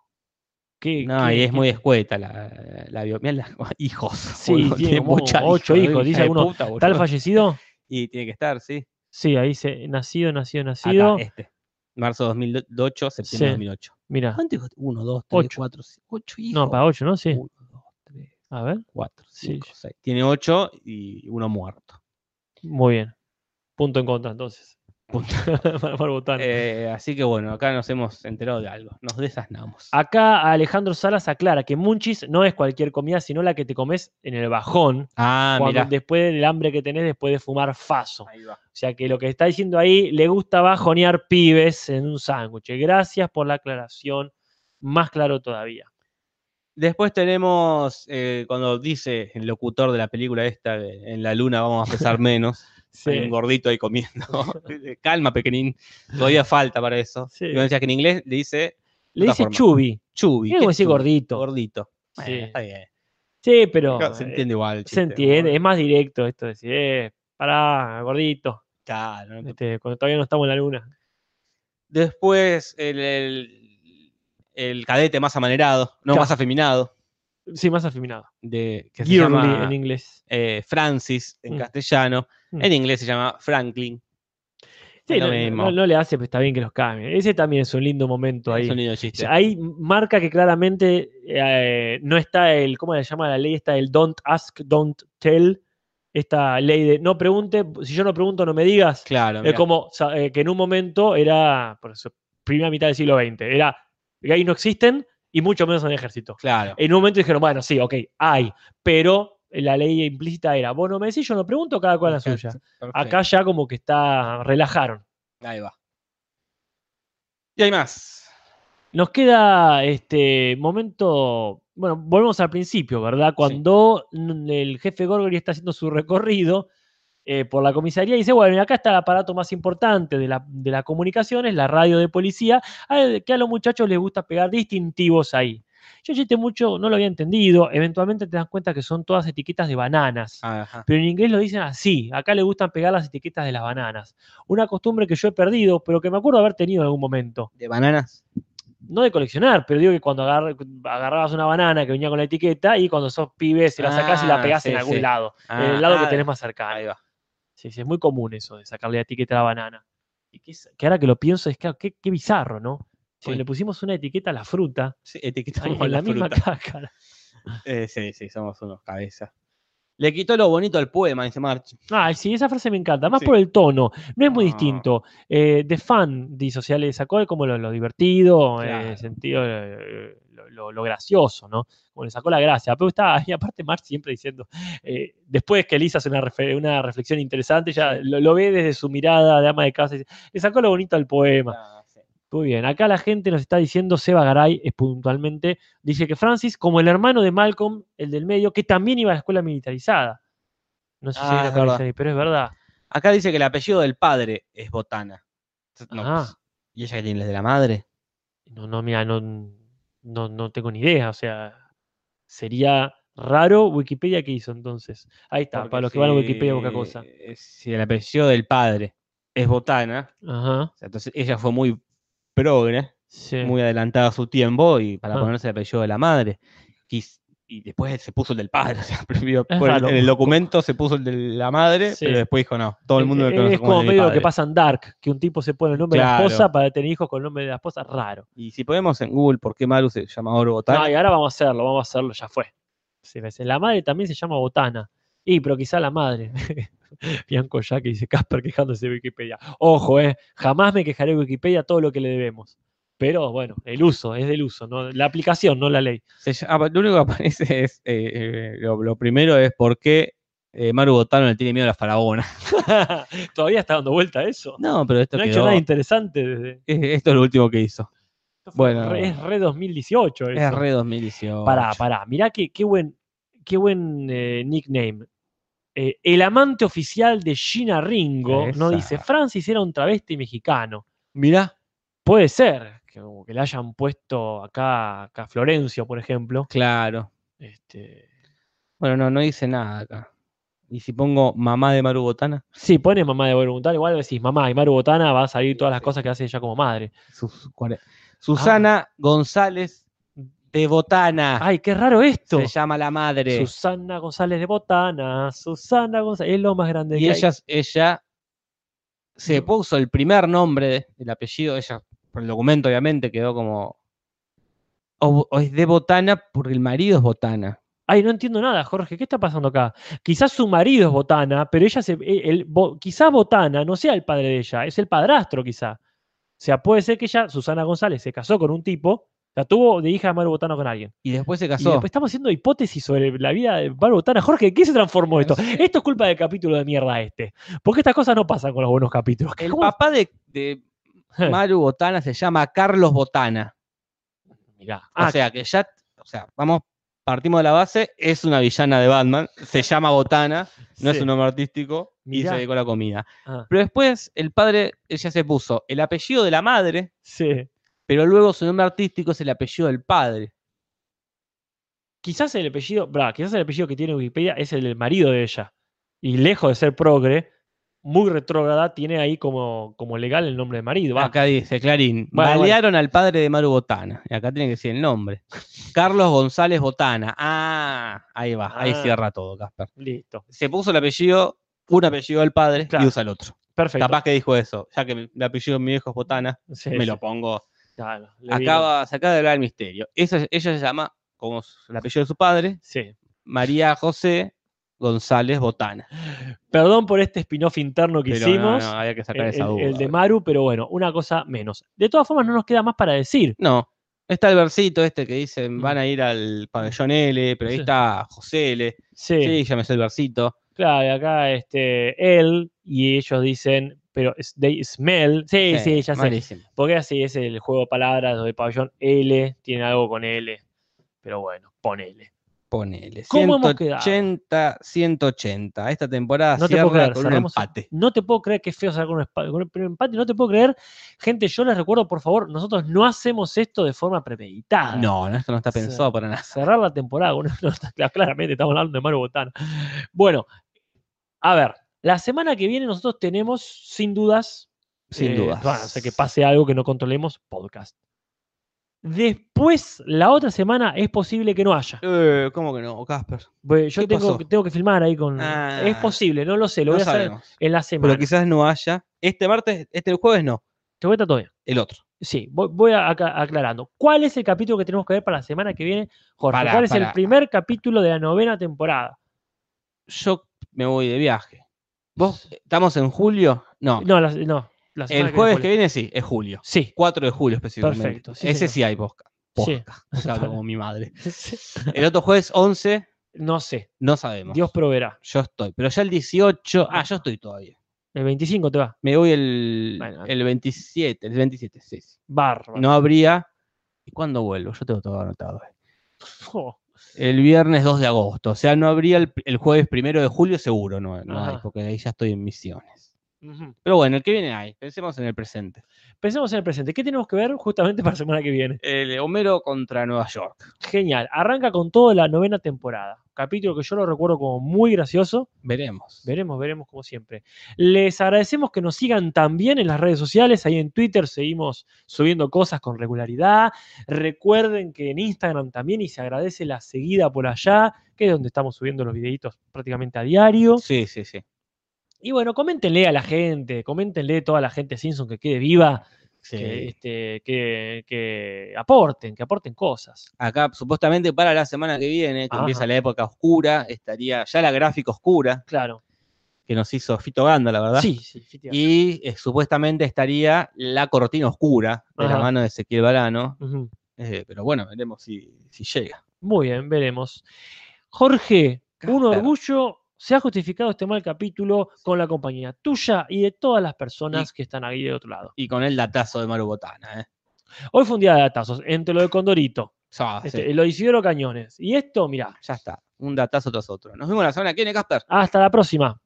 ¿Qué- No, qué- y es qué- muy escueta la, la bio- mirá las- hijos. Sí, boludo, tiene como mucha ocho hija, hijos, dice hija de alguno, puta, ¿Tal boludo. fallecido? Y tiene que estar, sí. Sí, ahí dice nacido, nacido, Acá, nacido. este. Marzo 2008, septiembre Sí. 2008. Mira, ¿Cuántos hijos? Uno, dos, tres, Ocho. cuatro, cinco. Ocho hijos. no, para 8, ¿no? Sí. Uno, dos, tres, A ver, cuatro, Sí. cinco, seis. Tiene ocho y uno muerto. muy bien. Punto en contra, entonces. Punto. Para Barbotano. Eh, así que bueno, acá nos hemos enterado de algo. Nos desasnamos. Acá Alejandro Salas aclara que munchis no es cualquier comida, sino la que te comes en el bajón, Ah, cuando- mirá. después del hambre que tenés después de fumar faso. Ahí va. O sea que lo que está diciendo ahí, le gusta bajonear pibes en un sándwich. Gracias por la aclaración, más claro todavía. Después tenemos eh, cuando dice el locutor de la película esta, de en la luna vamos a pesar menos. Sí. Hay un gordito ahí comiendo. Eh, Calma, pequeñín. Todavía falta para eso. Sí. Y vos decías que en inglés le dice Le otra dice forma. chubi. chubi. Es ¿qué como decir chubi? gordito. Gordito. Bueno, Sí. está bien. Sí, pero Claro, se eh, entiende igual. el se chiste, entiende, ¿no? es más directo esto de decir, eh, pará, gordito, Claro, no te- este, cuando todavía no estamos en la luna. Después el, el- el cadete más amanerado, no Claro. más afeminado, Sí, más afeminado. de, que se Girly llama en inglés. eh, Francis en Mm. castellano. Mm. En inglés se llama Franklin. Sí, es lo no, mismo. no- no le hace, pero está bien que los cambien. Ese también es un lindo momento ahí. Es un lindo O chiste. sea, Hay marca que claramente eh, no está el, ¿cómo le llama la ley? Está el don't ask, don't tell. Esta ley de no pregunte, si yo no pregunto, no me digas. claro. Es mirá. como sa- eh, que en un momento era, por eso, primera mitad del siglo XX, era gays no existen y mucho menos en el ejército. Claro. En un momento dijeron, bueno, sí, ok, hay, pero la ley implícita era, vos no me decís, yo no pregunto, cada cual la suya. Perfecto. Acá ya como que está, relajaron. Ahí va. Y hay más. Nos queda este momento. Bueno, volvemos al principio, ¿verdad? Cuando n- el jefe Gorgory está haciendo su recorrido eh, por la comisaría y dice: Bueno, y acá está el aparato más importante de, la, de las comunicaciones, la radio de policía, al- que a los muchachos les gusta pegar distintivos ahí. Yo chiste mucho, no lo había entendido. Eventualmente te das cuenta que son todas etiquetas de bananas. Ajá. Pero en inglés lo dicen así. Acá le gustan pegar las etiquetas de las bananas. Una costumbre que yo he perdido, pero que me acuerdo haber tenido en algún momento De bananas. no de coleccionar, pero digo que cuando agar- agarrabas una banana que venía con la etiqueta y cuando sos pibe se la sacás y la Ah, pegás sí, en algún sí. lado, en Ah, el lado que ah, tenés más cercano. Ahí va. Sí, sí, es muy común eso de sacarle la etiqueta a la banana. Y que, es- que ahora que lo pienso es que ah, qué, qué bizarro, ¿no? Porque Sí. le pusimos una etiqueta a la fruta Sí, ahí, etiquetamos en la, misma fruta. caja. Eh, sí, sí, somos unos cabezas. Le quitó lo bonito al poema, dice March. Ay, sí, esa frase me encanta, más Sí. por el tono, no es muy Ah. distinto. Eh, de fan, dice, o sea, le sacó como lo, lo divertido, eh, Claro. sentido, eh, lo, lo- lo gracioso, ¿no? Como le sacó la gracia. Pero está, y aparte Marx siempre diciendo, eh, después que Elisa hace una, refe- una reflexión interesante, ya lo, lo ve desde su mirada de ama de casa, y dice, le sacó lo bonito al poema. Ah, Muy bien, acá la gente nos está diciendo, Seba Garay es puntualmente, dice que Francis, como el hermano de Malcolm, el del medio, que también iba a la escuela militarizada. No sé si Ah, era es verdad. militarizada, pero es verdad. Acá dice que el apellido del padre es Botana. No, Ah. pues, ¿Y ella que tiene el de la madre? No, no, mira, no, no, no tengo ni idea. O sea, sería raro Wikipedia que hizo entonces. Ahí está, Porque para los que van a si- Wikipedia, poca cosa. eh, Si el apellido del padre es Botana, Ajá. o sea, entonces ella fue muy progre, Sí. muy adelantada a su tiempo y para Ah. ponerse el apellido de la madre. Quis- Y después se puso el del padre. o sea, primero Es por el- raro. en el documento se puso el de la madre, Sí. pero después dijo no. Todo el mundo Eh, me conoce es como el de mi medio lo que padre. pasa en Dark, que un tipo se pone el nombre de la Claro. esposa para tener hijos con el nombre de la esposa, raro. Y si ponemos en Google por qué Maru se llama Oro Botana, No, y ahora vamos a hacerlo, vamos a hacerlo, ya fue. Sí, me dice, la madre también se llama Botana. Y, pero quizá la madre. Bianco ya que dice Casper quejándose de Wikipedia. Ojo, eh, jamás me quejaré de Wikipedia todo lo que le debemos. Pero bueno, el uso, es del uso, ¿no? la aplicación, no la ley. se llama- ah, lo único que aparece es, eh, eh, lo, lo primero es por qué eh, Maru Botana le tiene miedo a la faraona. Todavía está dando vuelta eso. No, pero esto, No ha hecho quedó- nada interesante desde. eh, esto es lo último que hizo. esto fue Bueno. re- es re 2018. Eso. Es re 2018. Pará, pará. Mirá que- qué, buen, qué buen eh, nickname. Eh, el amante oficial de Gina Ringo no Esa. dice Francis era un travesti mexicano. Mirá, Puede ser que, como que le hayan puesto acá, acá a Florencio, por ejemplo. claro. Este, Bueno, no, no dice nada acá. Y si pongo mamá de Maru Botana, sí, pone mamá de Maru Botana, igual decís mamá y Maru Botana va a salir todas las cosas que hace ella como madre. sus- cuare- Ah. Susana González de Botana. Ay, qué raro esto. se llama la madre. Susana González de Botana, Susana González, es lo más grande Y que hay. ella, ella se puso el primer nombre, de- el apellido, ella, por el documento obviamente, quedó como... O, o es de Botana porque el marido es Botana. Ay, no entiendo nada, Jorge, ¿qué está pasando acá? Quizás su marido es Botana, pero ella se. eh, El, Bo- quizás Botana no sea el padre de ella, es el padrastro, quizá. O sea, puede ser que ella, Susana González, se casó con un tipo, la tuvo de hija de Maru Botana con alguien. Y después se Y casó. después estamos haciendo hipótesis sobre la vida de Maru Botana. Jorge, ¿en qué se Eh, transformó esto? No sé. Esto es culpa del capítulo de mierda este. Porque estas cosas no pasan con los buenos capítulos. El ¿Cómo- Eh. papá de, de Maru Botana se llama Carlos Botana. Mirá. o Ah, sea que ya, o sea, vamos, partimos de la base, es una villana de Batman, se llama Botana, no es sí. un nombre artístico, y Mirá. se dedicó a la comida. Ah, Pero después el padre, ella se puso el apellido de la madre, sí. pero luego su nombre artístico es el apellido del padre. quizás el apellido, bra, quizás el apellido que tiene Wikipedia es el del marido de ella. Y lejos de ser progre, muy retrógrada, tiene ahí como, como legal el nombre de marido. va. Acá dice Clarín, Bueno, bueno. balearon al padre de Maru Botana. Y acá tiene que decir el nombre. Carlos González Botana. Ah, ahí va, ahí Ah. cierra todo, Casper. listo. Se puso el apellido, un apellido del padre Claro. y usa el otro. Perfecto. Capaz que dijo eso, ya que el apellido de mi viejo es Botana, Sí, me sí. lo pongo. Claro, le digo. Acaba, se acaba de hablar el misterio. Esa- ella se llama, como su- el apellido de su padre, Sí. María José González Botana. Perdón por este spin-off interno que Pero no, hicimos. no, había que el, sacar esa el- duda. el de Maru, pero bueno, una cosa menos. De todas formas, no nos queda más para decir. No. Está el versito este que dicen Mm. van a ir al pabellón L, pero ahí Sí. está José L. Sí, Sí, ya me sé el versito. claro, y acá este, él y ellos dicen, pero es- they smell. Sí, sí, ya sé. Eh, malísimo. Porque así es el juego de palabras, lo de pabellón L, tiene algo con L. Pero bueno, ponele. Ponele. ¿Cómo hemos 180, 180. Esta temporada No te cierra puedo creer, con un cerramos- empate. No te puedo creer que es feo sacar un, espa- con un primer empate, no te puedo creer. Gente, yo les recuerdo, por favor, nosotros no hacemos esto de forma premeditada. No, no, esto no está Sí. pensado para nada. cerrar la temporada. con esto, claro, claramente estamos hablando de Mario Botana. Bueno, a ver, la semana que viene nosotros tenemos, sin dudas, Sin eh, dudas. bueno, o sea, que pase algo que no controlemos, podcast. Después, la otra semana es posible que no haya. Eh, ¿Cómo que no, Casper? Pues yo ¿Qué tengo, pasó? que- tengo que filmar ahí con. Ah. es posible, no lo sé, lo No voy a hacer este sabemos. en la Pero semana. quizás no haya. Este martes, este jueves no. Te voy a estar todo bien. El otro. Sí, voy, voy a- acá- aclarando. ¿Cuál es el capítulo que tenemos que ver para la semana que viene, Jorge? Pará, ¿Cuál es el pará. primer capítulo de la novena temporada? Yo me voy de viaje. ¿Vos? ¿Estamos en julio? No. No, la, no, la semana el jueves viene. que viene sí, es julio. Sí. 4 4 de julio específicamente. Perfecto, sí, Ese señor. sí hay posca. Sí. Posca. O sea, hablo como mi madre. El otro jueves 11, No sé. no sabemos. Dios proveerá. Yo estoy. Pero ya el 18. Ah, yo estoy todavía. El 25 te va. Me voy el, Bueno. el 27. El 27, sí. sí. Bárbaro. No habría. ¿Y cuándo vuelvo? Yo tengo todo anotado. eh. Oh, El viernes 2 de agosto. O sea, no habría el, el jueves 1 de julio, seguro. No, no Ajá. hay, porque ahí ya estoy en misiones. ujú. Pero bueno, el que viene hay. Pensemos en el presente. Pensemos en el presente. ¿Qué tenemos que ver justamente para la semana que viene? El Homero contra Nueva York. Genial. Arranca con toda la novena temporada. Capítulo que yo lo recuerdo como muy gracioso. Veremos. Veremos, veremos como siempre. Les agradecemos que nos sigan también en las redes sociales. Ahí en Twitter seguimos subiendo cosas con regularidad. Recuerden que en Instagram también y se agradece la seguida por allá, que es donde estamos subiendo los videitos prácticamente a diario. Sí, sí, sí. Y bueno, coméntenle a la gente, coméntenle toda la gente Simpson que quede viva, que, sí. este, que, que aporten, que aporten cosas. Acá, supuestamente para la semana que viene, que Ajá. empieza la época oscura, estaría ya la gráfica oscura Claro. que nos hizo Fito Ganda, la verdad. Sí, sí, efectivamente. Y eh, supuestamente estaría la cortina oscura de la Ajá. mano de Ezequiel Barano. Ujú. eh, pero bueno, veremos si, si llega. Muy bien, veremos. Jorge, un Casper. orgullo. Se ha justificado este mal capítulo con la compañía tuya y de todas las personas que están ahí de otro lado. Y con el datazo de Maru Botana. ¿eh? Hoy fue un día de datazos, entre lo de Condorito, Ya, este, Ah, sí, lo de Isidoro Cañones. Y esto, mirá, ya está. Un datazo tras otro. Nos vemos la semana que viene, Casper. hasta la próxima.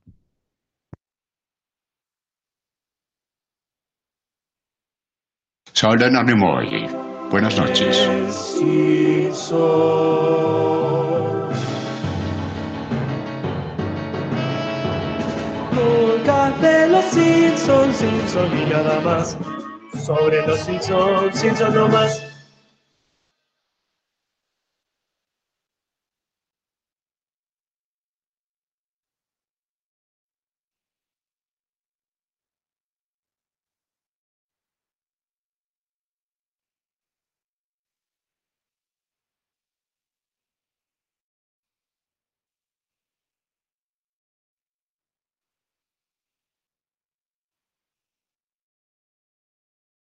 Sabrán a Nimoy. Buenas noches. Simpson. Nunca de los Simpson, Simpson y nada más. Sobre los Simpson, Simpson no más.